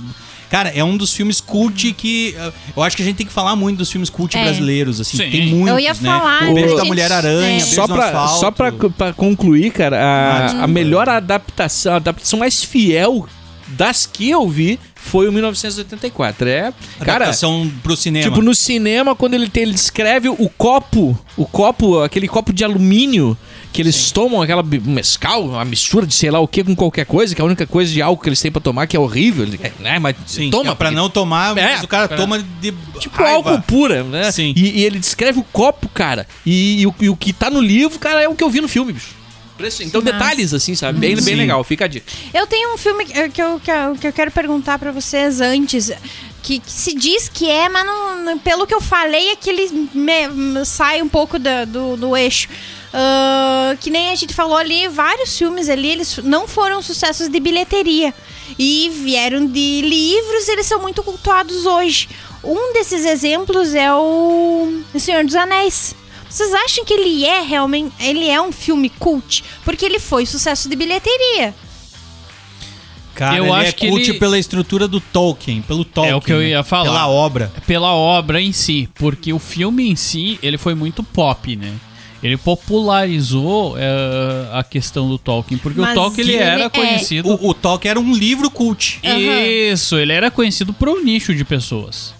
Speaker 4: Cara, é um dos filmes cult que. ah, eu acho que a gente tem que falar muito dos filmes cult
Speaker 5: É.
Speaker 4: brasileiros, assim.
Speaker 6: Sim.
Speaker 4: Tem muitos,
Speaker 5: Eu ia falar,
Speaker 4: né? O Beijo
Speaker 5: pra
Speaker 4: da
Speaker 5: gente-
Speaker 4: Mulher Aranha,
Speaker 5: é.
Speaker 4: Beijo
Speaker 7: Só
Speaker 4: no
Speaker 7: pra,
Speaker 4: Asfalto.
Speaker 7: só pra, pra concluir, cara, a, a melhor adaptação, a adaptação mais fiel das que eu vi foi o 1984. É, cara,
Speaker 4: Adaptação pro cinema.
Speaker 7: Tipo, no cinema, quando ele, tem, ele descreve o copo, o copo, aquele copo de alumínio que eles tomam, aquela bi- mescal, uma mistura de sei lá o que com qualquer coisa, que é a única coisa de álcool que eles têm pra tomar, que é horrível, né? Mas
Speaker 4: Sim,
Speaker 7: toma.
Speaker 4: é pra
Speaker 7: porque-
Speaker 4: não tomar,
Speaker 7: É,
Speaker 4: mas o cara
Speaker 7: pra-
Speaker 4: toma de.
Speaker 7: Tipo
Speaker 4: raiva.
Speaker 7: álcool pura, né?
Speaker 4: Sim.
Speaker 7: E, e ele descreve o copo, cara. E, e o, e o que tá no livro, cara, é o que eu vi no filme, bicho. Impressionante. Então,
Speaker 5: Massa.
Speaker 7: detalhes, assim, sabe? Bem, bem
Speaker 4: Sim.
Speaker 7: legal, fica a dica.
Speaker 5: Eu tenho um filme que que eu, que eu, que eu quero perguntar pra vocês antes. Que, que se diz que é, mas não- não- pelo que eu falei é que ele me- me sai um pouco da- do, do eixo. Ah, que nem a gente falou ali, vários filmes ali, eles não foram sucessos de bilheteria. E vieram de livros, eles são muito cultuados hoje. Um desses exemplos é o Senhor dos Anéis. Vocês acham que ele é realmente. Ele é um filme cult? Porque ele foi sucesso de bilheteria.
Speaker 4: Cara,
Speaker 6: Eu
Speaker 4: ele é
Speaker 6: acho que
Speaker 4: cult
Speaker 6: ele-
Speaker 4: pela estrutura do Tolkien, pelo Tolkien.
Speaker 6: É o que eu
Speaker 4: né?
Speaker 6: ia falar.
Speaker 4: Pela obra.
Speaker 6: pela obra em si, porque o filme em si ele foi muito pop, né? Ele popularizou eh, a questão do Tolkien, porque
Speaker 5: Mas
Speaker 6: o Tolkien ele
Speaker 5: ele
Speaker 6: era
Speaker 5: é-
Speaker 6: conhecido.
Speaker 4: O, o Tolkien era um livro cult.
Speaker 6: Isso, ele era conhecido pro nicho de pessoas.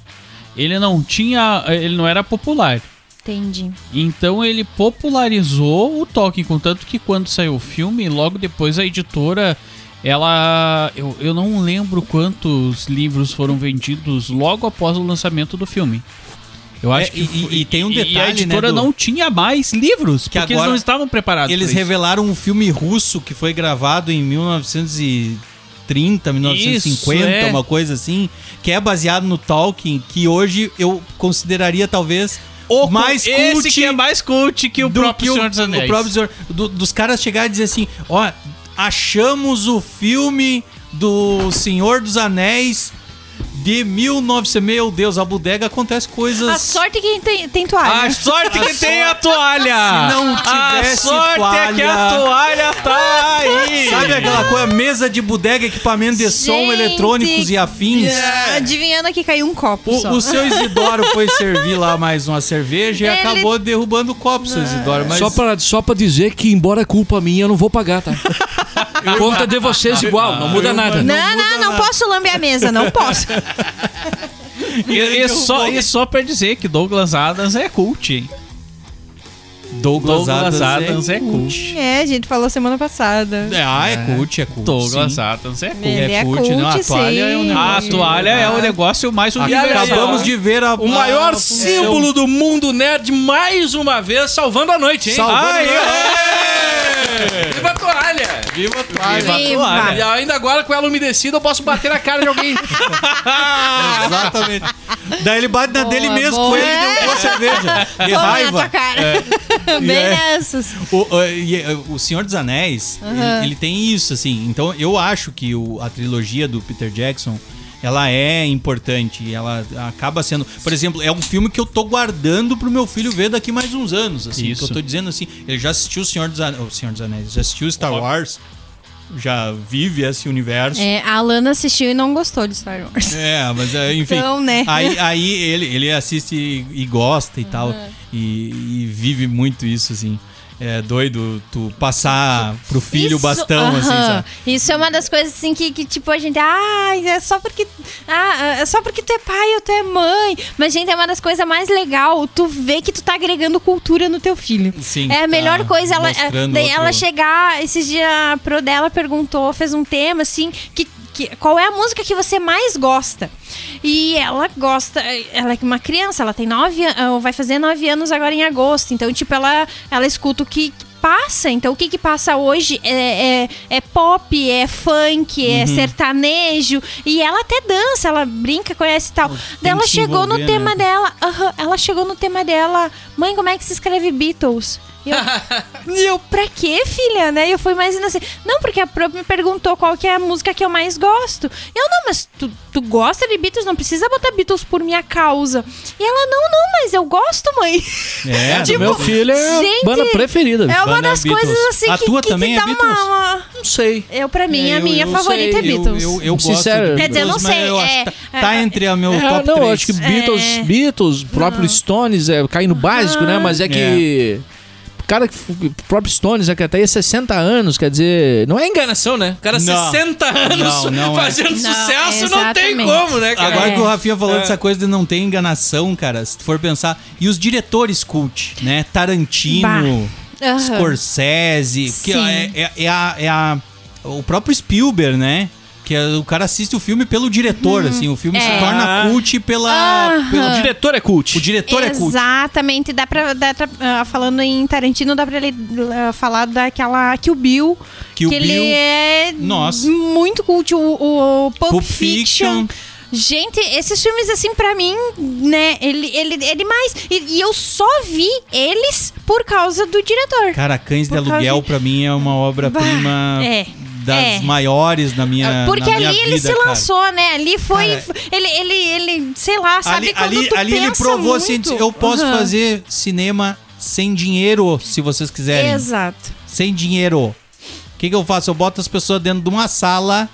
Speaker 6: Ele não tinha, ele não era popular.
Speaker 5: Entendi.
Speaker 6: Então ele popularizou o Tolkien, contanto que quando saiu o filme, logo depois a editora, ela, eu, eu não lembro quantos livros foram vendidos logo após o lançamento do filme. Eu acho
Speaker 4: É,
Speaker 6: que
Speaker 4: e-
Speaker 6: foi-
Speaker 4: e- e tem um
Speaker 6: e a
Speaker 4: detalhe, né,
Speaker 6: editora
Speaker 4: do-
Speaker 6: não tinha mais livros,
Speaker 4: Que
Speaker 6: porque
Speaker 4: agora
Speaker 6: eles não estavam preparados.
Speaker 4: Eles
Speaker 6: pra isso.
Speaker 4: revelaram um filme russo que foi gravado em 1930, 1950,
Speaker 6: é.
Speaker 4: uma coisa assim, que é baseado no Tolkien, que hoje eu consideraria talvez o mais
Speaker 6: esse
Speaker 4: cult
Speaker 6: que é mais cult que o
Speaker 4: do
Speaker 6: próprio
Speaker 4: que
Speaker 6: Senhor dos Anéis.
Speaker 4: o próprio Senhor- do- dos caras chegar e dizer assim, ó, achamos o filme do Senhor dos Anéis de 1900, meu Deus, a bodega acontece coisas
Speaker 5: A sorte é que tem, tem
Speaker 4: Ah,
Speaker 5: toalha.
Speaker 7: sorte
Speaker 4: que tem né? a
Speaker 7: toalha!
Speaker 4: Se não tivesse é toalha.
Speaker 7: toalha tá aí!
Speaker 4: Sabe aquela coisa, mesa de bodega, equipamento de som,
Speaker 5: Gente.
Speaker 4: eletrônicos e afins?
Speaker 5: Adivinhando aqui caiu um copo só.
Speaker 4: O, o seu Isidoro foi servir lá mais uma cerveja e
Speaker 5: Ele-
Speaker 4: acabou derrubando o copo, seu Isidoro. Mas
Speaker 7: Só, pra, só pra dizer que, embora é culpa minha, eu não vou pagar, tá? Conta de vocês igual, não muda nada.
Speaker 5: Não, não, não, posso lamber a mesa, não posso.
Speaker 6: E, e só, e só pra dizer que Douglas Adams é cult, hein?
Speaker 4: Douglas,
Speaker 6: Douglas
Speaker 4: Adams,
Speaker 6: Adams
Speaker 4: é,
Speaker 6: é cult.
Speaker 5: É, a gente falou semana passada.
Speaker 4: É, ah, é cult, é cult.
Speaker 6: Douglas
Speaker 4: sim.
Speaker 6: Adams é cult.
Speaker 5: Ele
Speaker 4: é
Speaker 5: é,
Speaker 4: cult,
Speaker 5: cult,
Speaker 4: não, a toalha é um
Speaker 5: sim.
Speaker 6: A toalha é o negócio mais universal.
Speaker 4: Acabamos de ver a,
Speaker 7: O maior
Speaker 4: a-
Speaker 7: símbolo do mundo nerd, mais uma vez, salvando a noite, hein?
Speaker 4: Salvando a
Speaker 7: Aê! Viva a toalha! Viva a
Speaker 5: Viva.
Speaker 7: E ainda agora, com ela umedecida, eu posso bater na cara de alguém.
Speaker 4: É, Exatamente. Daí ele bate na
Speaker 5: Boa,
Speaker 4: dele mesmo,
Speaker 5: boa.
Speaker 4: foi ele que derrubou a cerveja. De
Speaker 5: Toma na
Speaker 4: é raiva.
Speaker 5: tua cara. Bem
Speaker 4: É.
Speaker 5: nessas.
Speaker 4: O, o- e, eh, o Senhor dos Anéis, ele, ele tem isso, assim. Então, eu acho que o- a trilogia do Peter Jackson, ela é importante. e Ela acaba sendo... Por exemplo, é um filme que eu tô guardando pro meu filho ver daqui mais uns anos, assim.
Speaker 6: Isso.
Speaker 4: Que eu tô dizendo, assim, ele já assistiu o Senhor dos Anéis... O Senhor dos Anéis, já assistiu Star Wars, já vive esse universo.
Speaker 5: É, a Alana assistiu e não gostou de Star Wars.
Speaker 4: É, mas é, enfim.
Speaker 5: Então, né?
Speaker 4: Aí, aí ele, ele assiste e, e gosta e tal. E, e vive muito isso, assim. é doido tu passar pro filho o
Speaker 5: Isso-
Speaker 4: bastão, assim,
Speaker 5: aham.
Speaker 4: sabe?
Speaker 5: Isso é uma das coisas assim que, que, tipo, a gente. Ah, é só porque. Ah, é só porque tu é pai ou tu é mãe. Mas, gente, é uma das coisas mais legais. Tu vê que tu tá agregando cultura no teu filho.
Speaker 4: Sim,
Speaker 5: É
Speaker 4: tá
Speaker 5: a melhor coisa. Ela, é,
Speaker 4: mostrando
Speaker 5: daí ela
Speaker 4: outro-
Speaker 5: chegar. Esses dias a pro dela perguntou, fez um tema assim. Que, que- qual é a música que você mais gosta? E ela gosta. Ela é uma criança, ela tem nove an- ou vai fazer nove anos agora em agosto. Então, tipo, ela, ela escuta o que passa. Então, o que que passa hoje é, é, é pop, é funk,
Speaker 4: Uhum.
Speaker 5: é sertanejo. E ela até dança, ela brinca, conhece e tal. Daí ela
Speaker 4: que se
Speaker 5: chegou no
Speaker 4: envolver,
Speaker 5: tema
Speaker 4: né?
Speaker 5: dela. aham, ela chegou no tema dela. Mãe, como é que se escreve Beatles? E eu, e eu, pra quê, filha? Né? E eu fui mais inocente. Não, porque a própria me perguntou qual que é a música que eu mais gosto. Eu, não, mas tu, tu gosta de Beatles? Não precisa botar Beatles por minha causa. E ela, não, não, mas eu gosto, mãe.
Speaker 4: É,
Speaker 5: Tipo,
Speaker 3: Meu filho é a
Speaker 5: gente,
Speaker 3: banda preferida.
Speaker 5: É um uma
Speaker 4: Banda
Speaker 5: das
Speaker 4: Beatles.
Speaker 5: coisas assim
Speaker 4: A
Speaker 5: que,
Speaker 4: tua
Speaker 5: que, que
Speaker 4: também é
Speaker 5: dá
Speaker 4: Beatles?
Speaker 5: uma, uma-
Speaker 3: Não sei.
Speaker 5: Eu, pra mim,
Speaker 4: É,
Speaker 5: a
Speaker 4: eu-
Speaker 5: minha
Speaker 4: eu
Speaker 5: favorita
Speaker 4: sei,
Speaker 5: é Beatles.
Speaker 4: Eu, eu, eu gosto
Speaker 3: Sincero.
Speaker 4: de
Speaker 5: Quer dizer, eu
Speaker 4: Beatles,
Speaker 5: não
Speaker 4: mas
Speaker 5: sei,
Speaker 4: eu acho
Speaker 5: é-
Speaker 4: que tá, tá
Speaker 5: é-
Speaker 4: entre a meu
Speaker 3: É,
Speaker 4: top
Speaker 3: não,
Speaker 4: 3.
Speaker 3: acho que Beatles,
Speaker 5: É.
Speaker 3: Beatles, o próprio Stones, é, cai no básico, né? Mas é que.
Speaker 5: É.
Speaker 3: Cara, que f- o próprio Stones, é que até ia 60 anos, quer dizer. Não é enganação, né? O cara
Speaker 4: Não.
Speaker 3: 60 anos
Speaker 4: Não, não é.
Speaker 3: fazendo
Speaker 5: Não,
Speaker 3: sucesso, não tem
Speaker 5: exatamente.
Speaker 3: como, né, cara?
Speaker 4: Agora
Speaker 5: É.
Speaker 4: que o Rafinha falou dessa coisa de não ter enganação, cara, se tu for pensar. E os diretores cult, né? Tarantino,
Speaker 5: Bah. Aham.
Speaker 4: Scorsese, que
Speaker 5: Sim.
Speaker 4: é, é- é a, é a- o próprio Spielberg, né? Que é- o cara assiste o filme pelo diretor, assim. O filme se
Speaker 5: É.
Speaker 4: torna cult pela. pelo
Speaker 3: O
Speaker 4: dire-
Speaker 3: diretor é cult.
Speaker 4: O diretor é cult.
Speaker 5: Exatamente, dá pra, dá pra- ah, falando em Tarantino, dá pra ele ah, falar daquela Kill Bill,
Speaker 4: Kill
Speaker 5: que
Speaker 4: Bill.
Speaker 5: ele é
Speaker 4: Nossa.
Speaker 5: muito culto, o, o Pulp,
Speaker 4: Pulp Fiction.
Speaker 5: Fiction. Gente, esses filmes, assim, pra mim, né, ele, ele é demais. E, e eu só vi eles por causa do diretor.
Speaker 4: Cara, Cães de
Speaker 5: Por causa
Speaker 4: Aluguel,
Speaker 5: de-
Speaker 4: pra mim, é uma obra-prima
Speaker 5: é,
Speaker 4: das
Speaker 5: é. Ah,
Speaker 4: maiores Ah, na minha.
Speaker 5: Porque
Speaker 4: na
Speaker 5: ali
Speaker 4: minha
Speaker 5: ele
Speaker 4: vida,
Speaker 5: se
Speaker 4: cara.
Speaker 5: lançou, né? Ali foi.
Speaker 4: Cara,
Speaker 5: ele, ele, ele, sei lá, sabe? quando
Speaker 4: ali,
Speaker 5: tu
Speaker 4: ali ele
Speaker 5: pensa
Speaker 4: provou
Speaker 5: muito.
Speaker 4: assim, eu posso
Speaker 5: Aham.
Speaker 4: fazer cinema sem dinheiro, se vocês quiserem.
Speaker 5: Exato.
Speaker 4: Sem dinheiro. O que, que eu faço? Eu boto as pessoas dentro de uma sala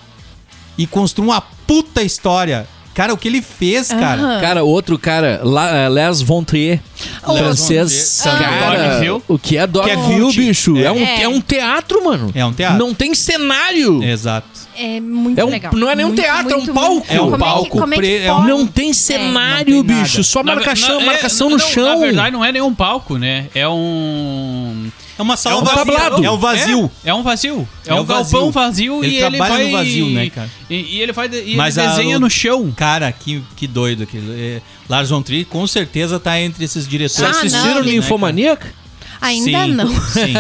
Speaker 4: e construo uma puta história. Cara, o que ele fez, cara?
Speaker 3: Cara, outro cara, La, é, Les Vontrier,
Speaker 5: Ou-
Speaker 3: francês.
Speaker 4: Von Trier,
Speaker 3: cara,
Speaker 6: Dogville.
Speaker 3: o que é Dogville,
Speaker 4: cult.
Speaker 3: bicho? É.
Speaker 4: É.
Speaker 3: um,
Speaker 5: É.
Speaker 3: é um teatro, mano.
Speaker 4: É um teatro.
Speaker 3: Não tem cenário.
Speaker 4: Exato.
Speaker 5: É muito
Speaker 3: É um-
Speaker 5: legal.
Speaker 3: não é nem um
Speaker 5: Muito,
Speaker 3: teatro, é um
Speaker 5: muito,
Speaker 3: palco.
Speaker 5: muito.
Speaker 4: É um
Speaker 5: Como que-
Speaker 4: palco
Speaker 5: como é que
Speaker 4: pre- é um-
Speaker 5: pode?
Speaker 3: Não tem cenário,
Speaker 4: Não tem nada.
Speaker 3: bicho. Só
Speaker 6: Na ve-
Speaker 3: marcação,
Speaker 6: na- é-
Speaker 3: marcação no
Speaker 6: não,
Speaker 3: chão.
Speaker 6: Na verdade, não é nenhum palco, né? É um.
Speaker 4: É uma sala
Speaker 3: um
Speaker 4: vazia.
Speaker 3: tablado.
Speaker 4: É um vazio.
Speaker 6: É, é um vazio. É,
Speaker 4: É
Speaker 6: um
Speaker 4: um vazio.
Speaker 6: galpão vazio
Speaker 4: Ele
Speaker 6: e ele
Speaker 4: trabalha
Speaker 6: vai...
Speaker 4: no vazio, né, cara?
Speaker 6: E, e ele, vai, de- e
Speaker 4: Mas
Speaker 6: ele
Speaker 4: a-
Speaker 6: desenha no chão.
Speaker 4: Cara, que, que doido aquilo. É, Lars von Trier com certeza tá entre esses diretores.
Speaker 5: Ah,
Speaker 4: Vocês
Speaker 5: não.
Speaker 3: Assistiram
Speaker 4: né,
Speaker 3: Ninfomaníaca?
Speaker 4: cara?
Speaker 5: Ainda
Speaker 4: Sim,
Speaker 5: não.
Speaker 4: Sim.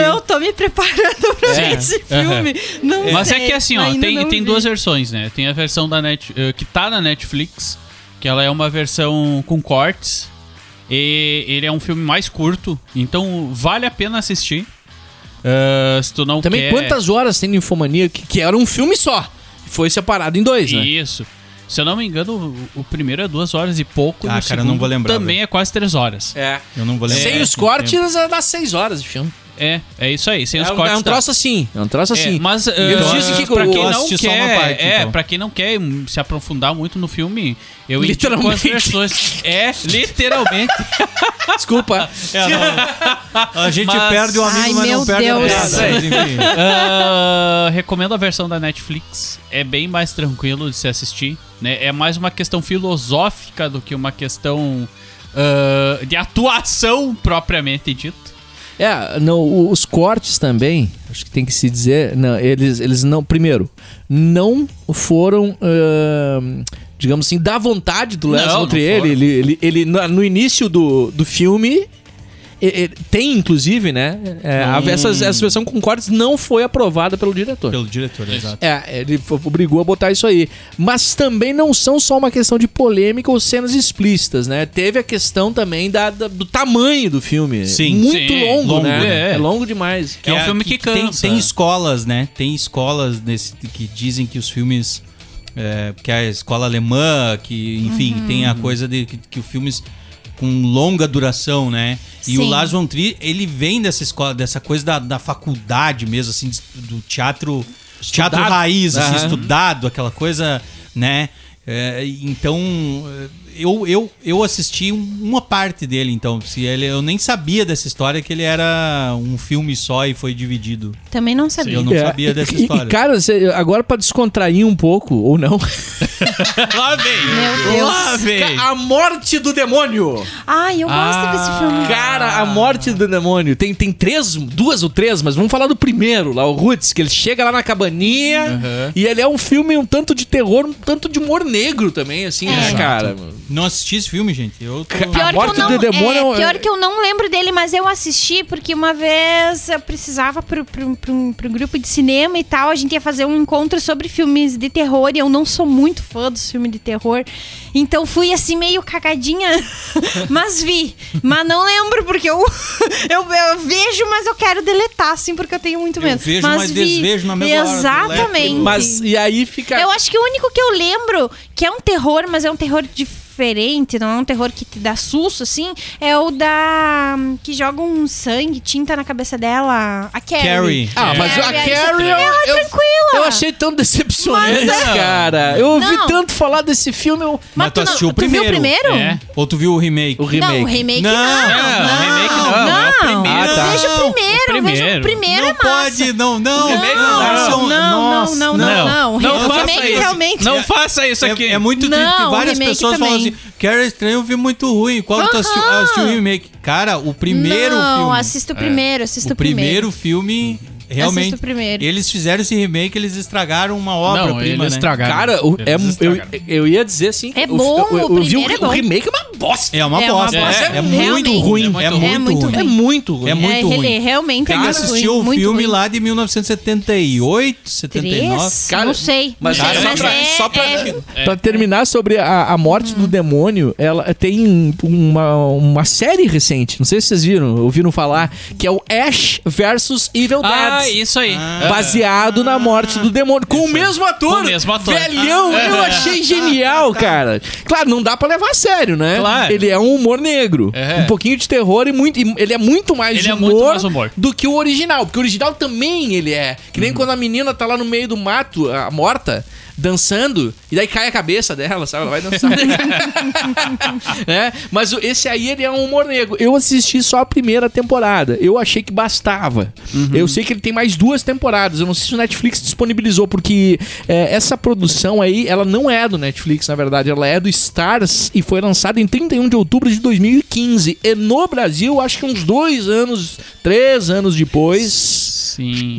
Speaker 4: É.
Speaker 5: Eu tô me preparando pra ver esse filme. Não
Speaker 6: Mas
Speaker 5: sei,
Speaker 6: é que assim, ó,
Speaker 5: ainda
Speaker 6: tem,
Speaker 5: não
Speaker 6: tem
Speaker 5: vi.
Speaker 6: duas versões, né? Tem a versão da Net, eh, que tá na Netflix, que ela é uma versão com cortes. E ele é um filme mais curto, então vale a pena assistir. Eh, se tu não
Speaker 3: Também
Speaker 6: quer...
Speaker 3: quantas horas tem Ninfomaníaca? Que, que era um filme só. Foi separado em dois, né?
Speaker 6: Isso. Se eu não me engano, o, o primeiro é duas horas e pouco.
Speaker 4: Ah,
Speaker 6: e o
Speaker 4: cara, eu não
Speaker 6: segundo
Speaker 4: vou lembrar,
Speaker 6: Também é quase três horas.
Speaker 3: É.
Speaker 4: Eu não vou lembrar.
Speaker 3: Sem os
Speaker 4: Tem tempo.
Speaker 3: cortes, é, dá seis horas de filme.
Speaker 6: É, é isso aí. Sem
Speaker 3: É,
Speaker 6: os
Speaker 3: um-
Speaker 6: cortes.
Speaker 3: é um
Speaker 6: dá.
Speaker 3: troço assim. É um troço
Speaker 6: É,
Speaker 3: assim.
Speaker 6: mas
Speaker 4: eh,
Speaker 3: Eu
Speaker 6: ah,
Speaker 3: disse que
Speaker 6: pra
Speaker 3: eu
Speaker 6: quem não
Speaker 4: assisti
Speaker 6: quer,
Speaker 4: só uma parte,
Speaker 6: é,
Speaker 4: então.
Speaker 6: pra quem não quer hum, se aprofundar muito no filme, eu indico as
Speaker 3: Literalmente.
Speaker 6: versões. É, literalmente.
Speaker 3: Desculpa.
Speaker 4: É, não. A gente
Speaker 6: Mas-
Speaker 4: perde o amigo,
Speaker 5: Ai,
Speaker 4: mas
Speaker 5: meu
Speaker 4: não perde
Speaker 5: Deus.
Speaker 4: a piada. Mas, enfim.
Speaker 6: Ah, recomendo a versão da Netflix. É bem mais tranquilo de se assistir, né? É mais uma questão filosófica do que uma questão ah, de atuação propriamente dito.
Speaker 3: É, não, o- os cortes também, acho que tem que se dizer, não, eles, eles não, primeiro, não foram, ahn, digamos assim, da vontade do Lars
Speaker 6: Não,
Speaker 3: von
Speaker 6: não
Speaker 3: Trier,
Speaker 6: foram.
Speaker 3: ele, ele, ele- na- no início do, do filme, e- e- tem inclusive, né, é, a-
Speaker 6: Hum.
Speaker 3: essa, essa versão com cortes não foi aprovada pelo diretor.
Speaker 4: Pelo diretor, exato.
Speaker 3: É, ele f- obrigou a botar isso aí. Mas também não são só uma questão de polêmica ou cenas explícitas, né? Teve a questão também da, da- do tamanho do filme.
Speaker 4: Sim,
Speaker 3: Muito
Speaker 6: sim,
Speaker 3: longo,
Speaker 4: longo,
Speaker 3: né?
Speaker 6: né?
Speaker 3: É. longo demais.
Speaker 6: É um filme que
Speaker 4: tem,
Speaker 6: cansa.
Speaker 4: tem escolas, né? Tem escolas nesse, que dizem que os filmes. É, que a escola alemã, que, enfim, tem a coisa de que, que os filmes com longa duração, né? E o
Speaker 5: Sim.
Speaker 4: Lars von Trier, ele vem dessa escola, dessa coisa da, da faculdade mesmo, assim, de- do teatro, teatro raiz, assim,
Speaker 3: Aham.
Speaker 4: estudado, aquela coisa, né? É, então, é, eu, eu, eu assisti um- uma parte dele, então. Se ele, eu nem sabia dessa história que ele era um filme só e foi dividido.
Speaker 5: Também não sabia.
Speaker 4: Eu não
Speaker 3: É,
Speaker 4: sabia dessa
Speaker 3: e- e-
Speaker 4: história.
Speaker 3: E, cara, cê- agora pra descontrair um pouco, ou não.
Speaker 4: Lá vem!
Speaker 5: Meu Deus.
Speaker 4: Lá vem!
Speaker 3: A morte do demônio!
Speaker 5: Ai, eu gosto
Speaker 4: Ah,
Speaker 5: desse filme.
Speaker 3: Cara, a morte do demônio. Tem, tem três, duas ou três, mas vamos falar do primeiro, lá, o Roots, que ele chega lá na cabaninha e ele é um filme um tanto de terror, um tanto de humor negro também, assim, né, cara?
Speaker 4: Não assisti esse filme, gente. Eu tô...
Speaker 3: Ca-
Speaker 5: Pior,
Speaker 3: A morte
Speaker 5: que eu
Speaker 3: do
Speaker 5: não,
Speaker 3: demônio é um-
Speaker 5: é, pior que eu não lembro dele, mas eu assisti porque uma vez eu precisava pro, pro, pro, pro grupo de cinema e tal, a gente ia fazer um encontro sobre filmes de terror e eu não sou muito fã dos filmes de terror. Então fui assim meio cagadinha, mas vi. Mas não lembro porque eu, eu, eu vejo, mas eu quero deletar, assim, porque eu tenho muito
Speaker 4: Eu
Speaker 5: medo.
Speaker 4: vejo, mas
Speaker 5: vi.
Speaker 4: desvejo na mesma hora,
Speaker 5: Exatamente.
Speaker 3: Mas, e aí fica...
Speaker 5: Eu acho que o único que eu lembro que é um terror, mas é um terror diferente, não é um terror que te dá susto, assim, é o da. que joga um sangue, tinta na cabeça dela. A Carrie.
Speaker 4: Carrie.
Speaker 3: Ah, mas
Speaker 5: É, é,
Speaker 3: a Carrie... eu-
Speaker 5: Ela é
Speaker 3: eu-
Speaker 5: tranquila.
Speaker 3: Eu achei tão decepcionante,
Speaker 5: Mas é-
Speaker 3: cara. Eu ouvi
Speaker 5: Não.
Speaker 3: tanto falar desse filme. Eu...
Speaker 4: Mas
Speaker 5: Mas
Speaker 4: tu
Speaker 5: tu não-
Speaker 4: assistiu o
Speaker 5: tu viu
Speaker 4: primeiro.
Speaker 5: o primeiro?
Speaker 6: É.
Speaker 4: Ou tu viu o remake?
Speaker 3: O remake.
Speaker 5: Não, o remake não.
Speaker 4: Não,
Speaker 5: Não,
Speaker 4: não, remake não, é o primeiro.
Speaker 5: Não, Ah, tá. Veja
Speaker 4: Não,
Speaker 5: o primeiro, veja o
Speaker 6: o primeiro.
Speaker 5: primeiro
Speaker 4: não
Speaker 5: é massa.
Speaker 4: pode, não, não,
Speaker 5: Não,
Speaker 4: não, são-
Speaker 5: não, não,
Speaker 4: nossa,
Speaker 5: não, não, não.
Speaker 6: Não
Speaker 5: O
Speaker 6: faça
Speaker 5: remake
Speaker 6: isso.
Speaker 5: realmente.
Speaker 6: Não faça isso aqui.
Speaker 4: É, é muito
Speaker 5: Não,
Speaker 4: triste. que
Speaker 5: o
Speaker 4: Várias
Speaker 5: remake
Speaker 4: pessoas falam
Speaker 5: também.
Speaker 4: assim: Carrie estranho, eu vi muito ruim. Qual tu assistiu?
Speaker 5: Aham.
Speaker 4: Ah, assistiu o remake? Cara, o primeiro
Speaker 5: não,
Speaker 4: filme. É.
Speaker 5: assista o primeiro, assista
Speaker 4: o primeiro filme, realmente.
Speaker 5: Assista o primeiro.
Speaker 4: Eles fizeram esse remake, eles estragaram uma
Speaker 6: Não,
Speaker 4: obra-prima.
Speaker 6: eles
Speaker 4: né?
Speaker 6: estragaram.
Speaker 3: Cara, o-
Speaker 6: Eles
Speaker 3: é, eu,
Speaker 6: estragaram.
Speaker 3: eu ia dizer assim...
Speaker 5: É
Speaker 3: que o-
Speaker 5: bom,
Speaker 3: eu, eu,
Speaker 5: o
Speaker 3: eu vi
Speaker 5: primeiro é bom.
Speaker 3: O remake é uma bosta.
Speaker 4: É
Speaker 6: um
Speaker 4: uma
Speaker 5: É uma
Speaker 4: bosta.
Speaker 5: bosta,
Speaker 4: é, é
Speaker 5: realmente.
Speaker 4: muito ruim.
Speaker 6: É
Speaker 4: É muito
Speaker 6: muito
Speaker 5: ruim.
Speaker 4: ruim.
Speaker 3: É muito ruim.
Speaker 4: É muito
Speaker 5: é, ele
Speaker 4: ruim.
Speaker 5: realmente
Speaker 4: Quem
Speaker 5: muito
Speaker 4: assistiu
Speaker 5: ruim,
Speaker 4: o
Speaker 5: muito
Speaker 4: filme
Speaker 5: ruim.
Speaker 4: lá de 1978, 79?
Speaker 5: Três?
Speaker 3: Cara,
Speaker 5: não sei.
Speaker 3: mas
Speaker 5: não sei,
Speaker 4: cara,
Speaker 5: mas
Speaker 4: só pra-
Speaker 5: é,
Speaker 3: só pra-
Speaker 5: é-
Speaker 3: Pra terminar sobre a, a morte do demônio, ela tem um, uma, uma série recente, não sei se vocês viram, ouviram falar, que é o Ash versus Evil Dead.
Speaker 6: Ah, isso aí.
Speaker 4: Ah.
Speaker 3: Baseado na morte do demônio, com o mesmo ator.
Speaker 6: Com o mesmo ator.
Speaker 3: Velhão,
Speaker 6: Ah.
Speaker 3: eu achei genial, cara. Claro, não dá pra levar a sério, né?
Speaker 6: Claro.
Speaker 3: Ele é um humor negro.
Speaker 6: É.
Speaker 3: Um pouquinho de terror e muito. e ele é muito mais
Speaker 6: Ele é
Speaker 3: humor,
Speaker 6: muito mais humor. Uhum.
Speaker 3: do que o original. Porque o original também ele é. Que nem quando a menina tá lá no meio do mato, a morta, dançando, e daí cai a cabeça dela, sabe? Ela vai dançar. né? Mas o- esse aí ele é um humor negro. Eu assisti só a primeira temporada. Eu achei que bastava. Uhum. Eu sei que ele tem mais duas temporadas. Eu não sei se o Netflix disponibilizou, porque é, essa produção aí, ela não é do Netflix, na verdade. Ela é do Stars e foi lançada em 31 de outubro de 2015. E no Brasil, acho que uns dois anos, três anos depois.
Speaker 6: Sim.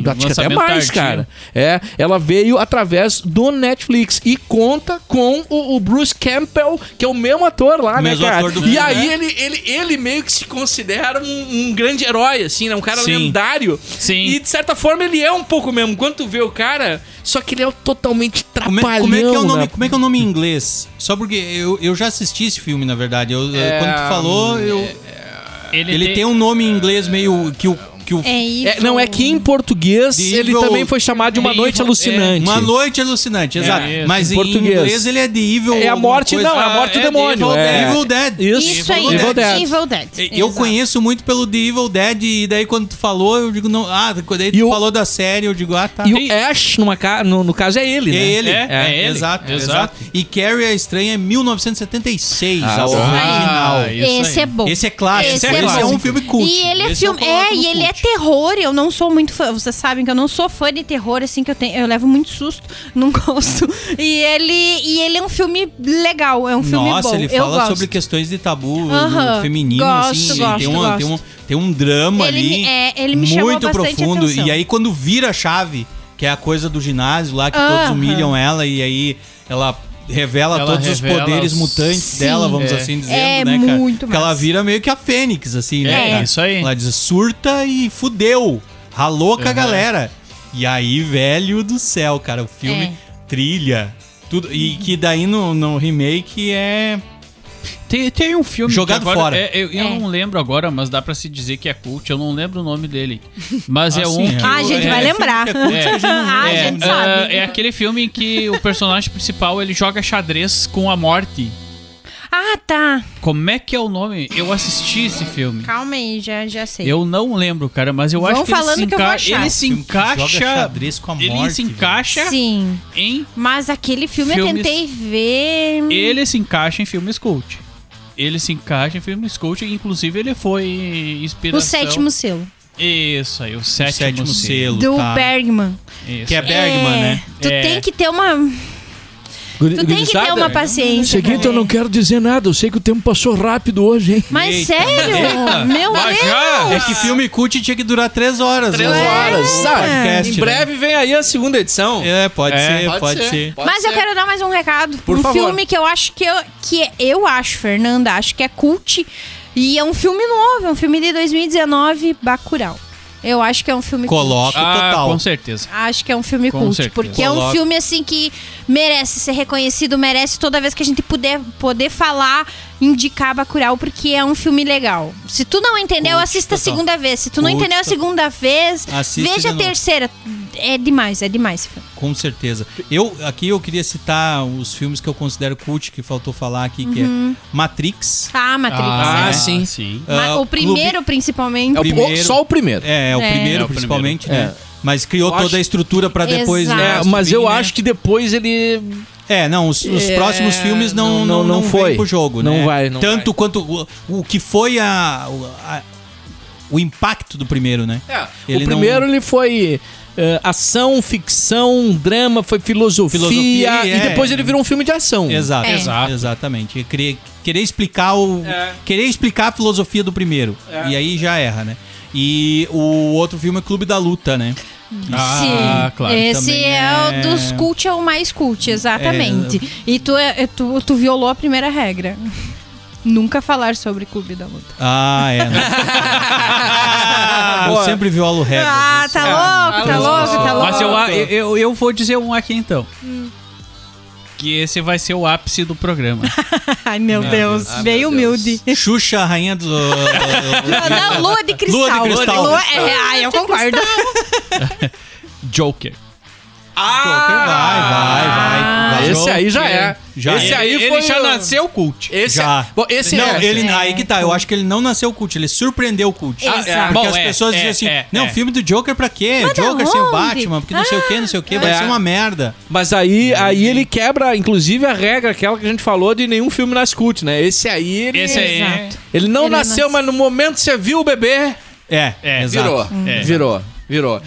Speaker 3: Acho
Speaker 4: é
Speaker 3: que até
Speaker 6: lançamento
Speaker 3: mais,
Speaker 6: tardio.
Speaker 3: cara. É, ela veio através do Netflix e conta com o, o Bruce Campbell, que é o mesmo ator lá,
Speaker 4: O
Speaker 3: né,
Speaker 4: mesmo
Speaker 3: cara?
Speaker 4: ator do
Speaker 3: e
Speaker 4: filme,
Speaker 3: aí ele, ele, ele meio que se considera um, um grande herói, assim, né? Um cara
Speaker 4: Sim.
Speaker 3: lendário.
Speaker 6: Sim.
Speaker 3: E de certa forma ele é um pouco mesmo. Quando tu vê o cara, só que ele é totalmente
Speaker 4: Como é,
Speaker 3: trapalhão.
Speaker 4: como é que é o nome,
Speaker 3: né?
Speaker 4: como é que é o nome em inglês? Só porque eu, eu já assisti esse filme, na verdade. Eu-
Speaker 3: É,
Speaker 4: quando tu falou, eu-
Speaker 6: Ele,
Speaker 4: ele tem um nome em inglês meio que o que o
Speaker 5: é isso.
Speaker 3: É, não, é que em português
Speaker 4: The
Speaker 3: ele
Speaker 4: Evil-
Speaker 3: também foi chamado de Uma
Speaker 6: The
Speaker 3: Noite
Speaker 6: Evil- é.
Speaker 3: Alucinante.
Speaker 4: uma noite alucinante, exato.
Speaker 6: isso,
Speaker 4: Mas
Speaker 3: em
Speaker 4: em,
Speaker 3: português.
Speaker 4: inglês ele é de Evil.
Speaker 3: É a
Speaker 4: alguma
Speaker 3: morte,
Speaker 4: coisa. Ah,
Speaker 3: não, é a morte do
Speaker 4: The
Speaker 3: demônio,
Speaker 4: Evil,
Speaker 3: é.
Speaker 4: Dead. Evil Dead.
Speaker 5: Isso aí,
Speaker 3: Evil
Speaker 5: Evil
Speaker 3: Dead.
Speaker 5: Dead.
Speaker 4: Eu
Speaker 5: Exato.
Speaker 4: conheço muito pelo The Evil Dead e daí quando tu falou, eu digo não, ah, quando aí
Speaker 3: E
Speaker 4: tu
Speaker 3: o-
Speaker 4: falou da série, eu digo ah, tá.
Speaker 3: E o Ash, numa ca- no, no caso, é ele,
Speaker 4: É
Speaker 3: né?
Speaker 4: ele.
Speaker 6: É, é ele.
Speaker 4: Exato,
Speaker 6: Exato.
Speaker 4: exato. E Carrie a Estranha é 1976, a
Speaker 3: tá.
Speaker 4: original.
Speaker 6: Ah, isso
Speaker 5: Esse
Speaker 6: aí.
Speaker 5: é bom.
Speaker 4: Esse é clássico.
Speaker 5: Esse
Speaker 4: Esse,
Speaker 5: é
Speaker 4: é,
Speaker 5: clássico.
Speaker 4: um filme cult.
Speaker 5: E ele é
Speaker 4: Esse eu
Speaker 5: filme,
Speaker 4: coloco
Speaker 5: é,
Speaker 4: no
Speaker 5: e ele é
Speaker 4: cult.
Speaker 5: terror, eu não sou muito fã, vocês sabem que eu não sou fã de terror, assim, que eu tenho, eu levo muito susto, não gosto. E ele, e ele é um filme legal, é um filme
Speaker 4: Nossa,
Speaker 5: bom,
Speaker 4: ele
Speaker 5: eu
Speaker 4: fala
Speaker 5: gosto.
Speaker 4: sobre questões de tabu
Speaker 5: Aham.
Speaker 4: feminino,
Speaker 5: Gosto,
Speaker 4: assim. ele
Speaker 5: gosto,
Speaker 4: tem, uma- tem um,
Speaker 5: gosto.
Speaker 4: tem um drama
Speaker 5: Ele
Speaker 4: ali
Speaker 5: me- é, ele me chamou
Speaker 4: muito
Speaker 5: bastante
Speaker 4: profundo.
Speaker 5: atenção.
Speaker 4: E aí, quando vira a chave, que é a coisa do ginásio lá, que todos
Speaker 5: Aham.
Speaker 4: humilham ela, e aí ela revela
Speaker 6: Ela
Speaker 4: todos
Speaker 6: revela
Speaker 4: os poderes
Speaker 6: os-
Speaker 4: mutantes
Speaker 5: Sim.
Speaker 4: dela, vamos
Speaker 6: É.
Speaker 4: assim dizendo,
Speaker 5: É
Speaker 4: né, cara?
Speaker 5: muito
Speaker 4: Porque ela
Speaker 5: massa.
Speaker 4: vira meio que a Fênix, assim,
Speaker 6: É,
Speaker 4: né? cara?
Speaker 6: isso aí.
Speaker 4: Ela diz, surta e fudeu. Ralou com a galera. E aí, velho do céu, cara, o filme
Speaker 5: É.
Speaker 4: trilha. Tudo, e que daí no, no remake é
Speaker 6: Tem, tem um filme
Speaker 4: Jogado
Speaker 6: que agora-
Speaker 4: fora.
Speaker 6: é, eu eu
Speaker 5: É.
Speaker 6: não lembro agora, mas dá pra se dizer que é cult. Eu não lembro o nome dele. Mas é
Speaker 4: Assim,
Speaker 6: um.
Speaker 4: é.
Speaker 6: que
Speaker 5: Ah, a
Speaker 6: eu-
Speaker 5: gente
Speaker 6: é-
Speaker 5: vai
Speaker 4: é
Speaker 5: lembrar.
Speaker 4: filme que é cult,
Speaker 5: ah, a
Speaker 6: é,
Speaker 5: gente sabe.
Speaker 6: é, é aquele filme em que o personagem principal ele joga xadrez com a morte.
Speaker 5: Ah, tá.
Speaker 6: Como é que é o nome? Eu assisti esse filme.
Speaker 5: Calma aí, já, já sei.
Speaker 6: Eu não lembro, cara, mas eu
Speaker 5: Vão
Speaker 6: acho que ele
Speaker 5: falando
Speaker 6: se,
Speaker 5: que eu vou
Speaker 6: enca-
Speaker 5: achar.
Speaker 6: ele se
Speaker 4: Filme que joga
Speaker 6: encaixa.
Speaker 4: xadrez com a
Speaker 6: Ele
Speaker 4: morte,
Speaker 6: se
Speaker 4: velho.
Speaker 6: encaixa
Speaker 5: Sim.
Speaker 6: em.
Speaker 5: Mas aquele filme eu
Speaker 6: Filmes-
Speaker 5: tentei ver.
Speaker 6: Ele se encaixa em filmes cult. Ele se encaixa em filmes cult, inclusive ele foi inspiração.
Speaker 5: O sétimo selo.
Speaker 6: Isso aí, o
Speaker 4: O
Speaker 6: sétimo,
Speaker 4: sétimo selo,
Speaker 5: Do
Speaker 4: tá?
Speaker 5: Bergman.
Speaker 6: Isso
Speaker 4: Que é
Speaker 6: aí.
Speaker 4: Bergman,
Speaker 5: É,
Speaker 4: né?
Speaker 5: Tu
Speaker 6: É.
Speaker 5: tem que ter uma.
Speaker 3: Guri-
Speaker 5: Tu tem que ter
Speaker 3: gurizada,
Speaker 5: uma paciência.
Speaker 3: Seguinte, eu
Speaker 5: também.
Speaker 3: não quero dizer nada. Eu sei que o tempo passou rápido hoje, hein?
Speaker 5: Mas
Speaker 4: Eita,
Speaker 5: sério? Meu
Speaker 6: Mas
Speaker 5: Deus!
Speaker 6: já?
Speaker 4: É que filme cult tinha que durar três horas.
Speaker 3: Três
Speaker 4: né?
Speaker 3: horas.
Speaker 4: Um
Speaker 3: Ah,
Speaker 4: podcast,
Speaker 3: em
Speaker 4: né?
Speaker 3: breve vem aí a segunda edição.
Speaker 4: É, pode
Speaker 6: É,
Speaker 4: ser, pode, ser.
Speaker 5: Mas eu quero dar mais um recado.
Speaker 3: Por
Speaker 5: um
Speaker 3: favor.
Speaker 5: filme que eu acho que eu, que é- eu acho, Fernanda, acho que é cult. E é um filme novo, é um filme de 2019, Bacurau. Eu acho que é um filme cult.
Speaker 4: Coloca o
Speaker 6: Ah,
Speaker 4: total.
Speaker 6: com certeza.
Speaker 5: Acho que é um filme
Speaker 6: Com
Speaker 5: cult,
Speaker 6: certeza.
Speaker 5: porque é um
Speaker 4: Coloca.
Speaker 5: filme assim que merece ser reconhecido, merece toda vez que a gente puder poder falar, indicar Bacurau, porque é um filme legal. Se tu não entendeu,
Speaker 4: Cult
Speaker 5: assista a
Speaker 4: total.
Speaker 5: segunda vez. Se tu não
Speaker 4: Cult
Speaker 5: entendeu a
Speaker 4: total.
Speaker 5: segunda vez,
Speaker 4: Assiste de
Speaker 5: veja a
Speaker 4: novo.
Speaker 5: terceira. É demais, é demais. esse filme.
Speaker 4: Com certeza. Eu aqui eu queria citar os filmes que eu considero cult que faltou falar aqui, que é Matrix.
Speaker 5: Tá, Matrix.
Speaker 3: Ah,
Speaker 5: é.
Speaker 3: sim.
Speaker 6: sim.
Speaker 5: Uhum. Ma-
Speaker 4: ah,
Speaker 5: o primeiro, principalmente.
Speaker 3: É o-
Speaker 4: Primeiro.
Speaker 3: só o primeiro.
Speaker 4: É, é o
Speaker 5: É.
Speaker 4: primeiro
Speaker 6: É o primeiro.
Speaker 4: principalmente, né?
Speaker 3: É.
Speaker 4: Mas criou
Speaker 3: Eu
Speaker 4: toda
Speaker 3: acho-
Speaker 4: a estrutura pra depois.
Speaker 5: Exato.
Speaker 4: né,
Speaker 3: É, mas eu
Speaker 4: subir, né?
Speaker 3: acho que depois ele.
Speaker 4: É, não, os, os
Speaker 3: É,
Speaker 4: próximos filmes não,
Speaker 3: não-
Speaker 4: não,
Speaker 3: não
Speaker 4: não,
Speaker 3: foi.
Speaker 4: vem pro jogo,
Speaker 3: Não
Speaker 4: né?
Speaker 3: vai, não
Speaker 4: Tanto quanto o, o que foi a, o- a- o impacto do primeiro, né? Ele
Speaker 3: o
Speaker 4: não-
Speaker 3: primeiro ele foi eh, ação, ficção, drama, foi filosofia.
Speaker 4: Filosofia,
Speaker 3: e
Speaker 4: é.
Speaker 3: depois ele virou um filme de ação.
Speaker 4: Exato,
Speaker 5: É.
Speaker 4: exato. É. Exatamente. E Querer, querer explicar o. Querer explicar a filosofia do primeiro. E aí já erra, né? E o outro filme é Clube da Luta, né?
Speaker 6: Ah,
Speaker 5: Sim.
Speaker 6: claro.
Speaker 5: Esse
Speaker 4: também
Speaker 5: é,
Speaker 4: é-
Speaker 5: o dos cult, é o mais cult, exatamente. E tu, é- é- tu, tu violou a primeira regra. Nunca falar sobre Clube da Luta.
Speaker 4: Ah, é. né? Eu
Speaker 3: Boa.
Speaker 4: sempre violo regras.
Speaker 5: Ah,
Speaker 4: isso.
Speaker 5: tá louco, tá louco, tá louco. Hum.
Speaker 6: Mas eu, a- eu, eu vou dizer um aqui então. Que esse vai ser o ápice do programa.
Speaker 5: Ai, meu Deus, bem humilde.
Speaker 4: Xuxa, a rainha do.
Speaker 5: Não, não, lua de cristal.
Speaker 4: Lua de cristal.
Speaker 5: Lua- é, ai, eu concordo.
Speaker 6: Joker.
Speaker 4: Vai, vai, vai. vai.
Speaker 3: ah, Esse aí já é.
Speaker 4: Já
Speaker 3: esse
Speaker 4: é.
Speaker 3: aí
Speaker 6: ele
Speaker 3: foi
Speaker 6: já
Speaker 3: o-
Speaker 6: nasceu cult.
Speaker 3: Esse,
Speaker 4: Já.
Speaker 3: Bom, esse
Speaker 4: não,
Speaker 3: é.
Speaker 4: ele, aí que tá. Eu acho que ele não nasceu cult, ele surpreendeu o cult.
Speaker 5: Ah, é.
Speaker 4: Porque
Speaker 6: Bom,
Speaker 4: as
Speaker 6: é,
Speaker 4: pessoas
Speaker 6: é,
Speaker 4: diziam assim:
Speaker 6: é,
Speaker 4: não,
Speaker 6: é.
Speaker 4: filme do Joker pra quê?
Speaker 5: Mas
Speaker 4: Joker sem o
Speaker 5: aonde?
Speaker 4: Batman, porque não sei o quê, não sei o quê, vai
Speaker 3: É.
Speaker 4: ser uma merda.
Speaker 3: Mas aí, aí ele quebra, inclusive, a regra, aquela que a gente falou de nenhum filme nas cult, né? Esse aí ele.
Speaker 6: Esse aí.
Speaker 5: Exato.
Speaker 3: Ele não
Speaker 5: Ele
Speaker 3: nasceu,
Speaker 5: nasce-
Speaker 3: mas no momento que você viu o bebê,
Speaker 4: É,
Speaker 6: É,
Speaker 4: exato.
Speaker 3: virou. Hum.
Speaker 6: É.
Speaker 3: Virou. Virou.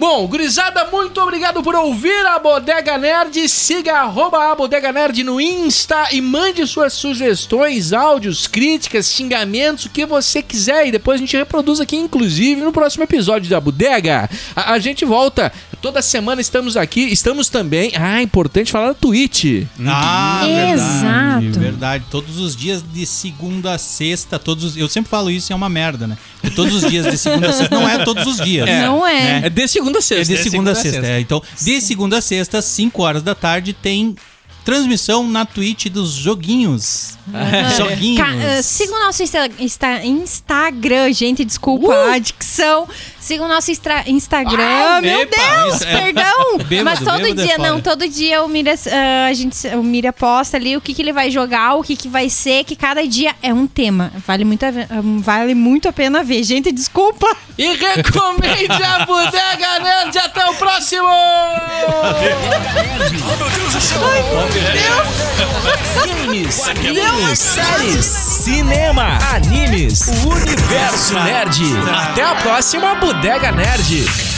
Speaker 3: Bom, gurizada, muito obrigado por ouvir a Bodega Nerd. Siga arroba a Bodega Nerd no Insta e mande suas sugestões, áudios, críticas, xingamentos, o que você quiser. E depois a gente reproduz aqui, inclusive, no próximo episódio da Bodega. A, a gente volta. Toda semana estamos aqui. Estamos também... Ah, é importante falar no Twitch.
Speaker 4: Ah,
Speaker 5: Exato.
Speaker 4: verdade, verdade. Todos os dias de segunda a sexta, todos os- eu sempre falo isso, é uma merda, né? Porque todos os dias de segunda a sexta não é todos os dias.
Speaker 5: Não é.
Speaker 4: né?
Speaker 3: de segunda a
Speaker 4: É de
Speaker 6: É
Speaker 4: segunda a
Speaker 6: segunda a
Speaker 4: sexta.
Speaker 6: sexta.
Speaker 4: é. Então, de segunda a sexta, às 5 horas da tarde, tem transmissão na Twitch dos joguinhos. Joguinhos.
Speaker 5: Ca- ah, siga o nosso insta- insta- Instagram, gente, desculpa a adicção. Siga o nosso instra- Instagram. meu
Speaker 4: epa,
Speaker 5: Deus,
Speaker 4: isso é-
Speaker 5: perdão!
Speaker 4: Bêbado,
Speaker 5: Mas todo
Speaker 4: bêbado é
Speaker 5: dia,
Speaker 4: foda.
Speaker 5: não, todo dia o Mira, ah, a gente, o Mira posta ali o que, que ele vai jogar, o que, que vai ser, que cada dia é um tema. Vale muito a, ve- ah, vale muito a pena ver. Gente, desculpa!
Speaker 3: E recomende a Bodega Nerd. Até o próximo!
Speaker 8: Games, quadrinhos, séries, cinema, animes, o universo nerd.
Speaker 3: Até a próxima Bodega Nerd.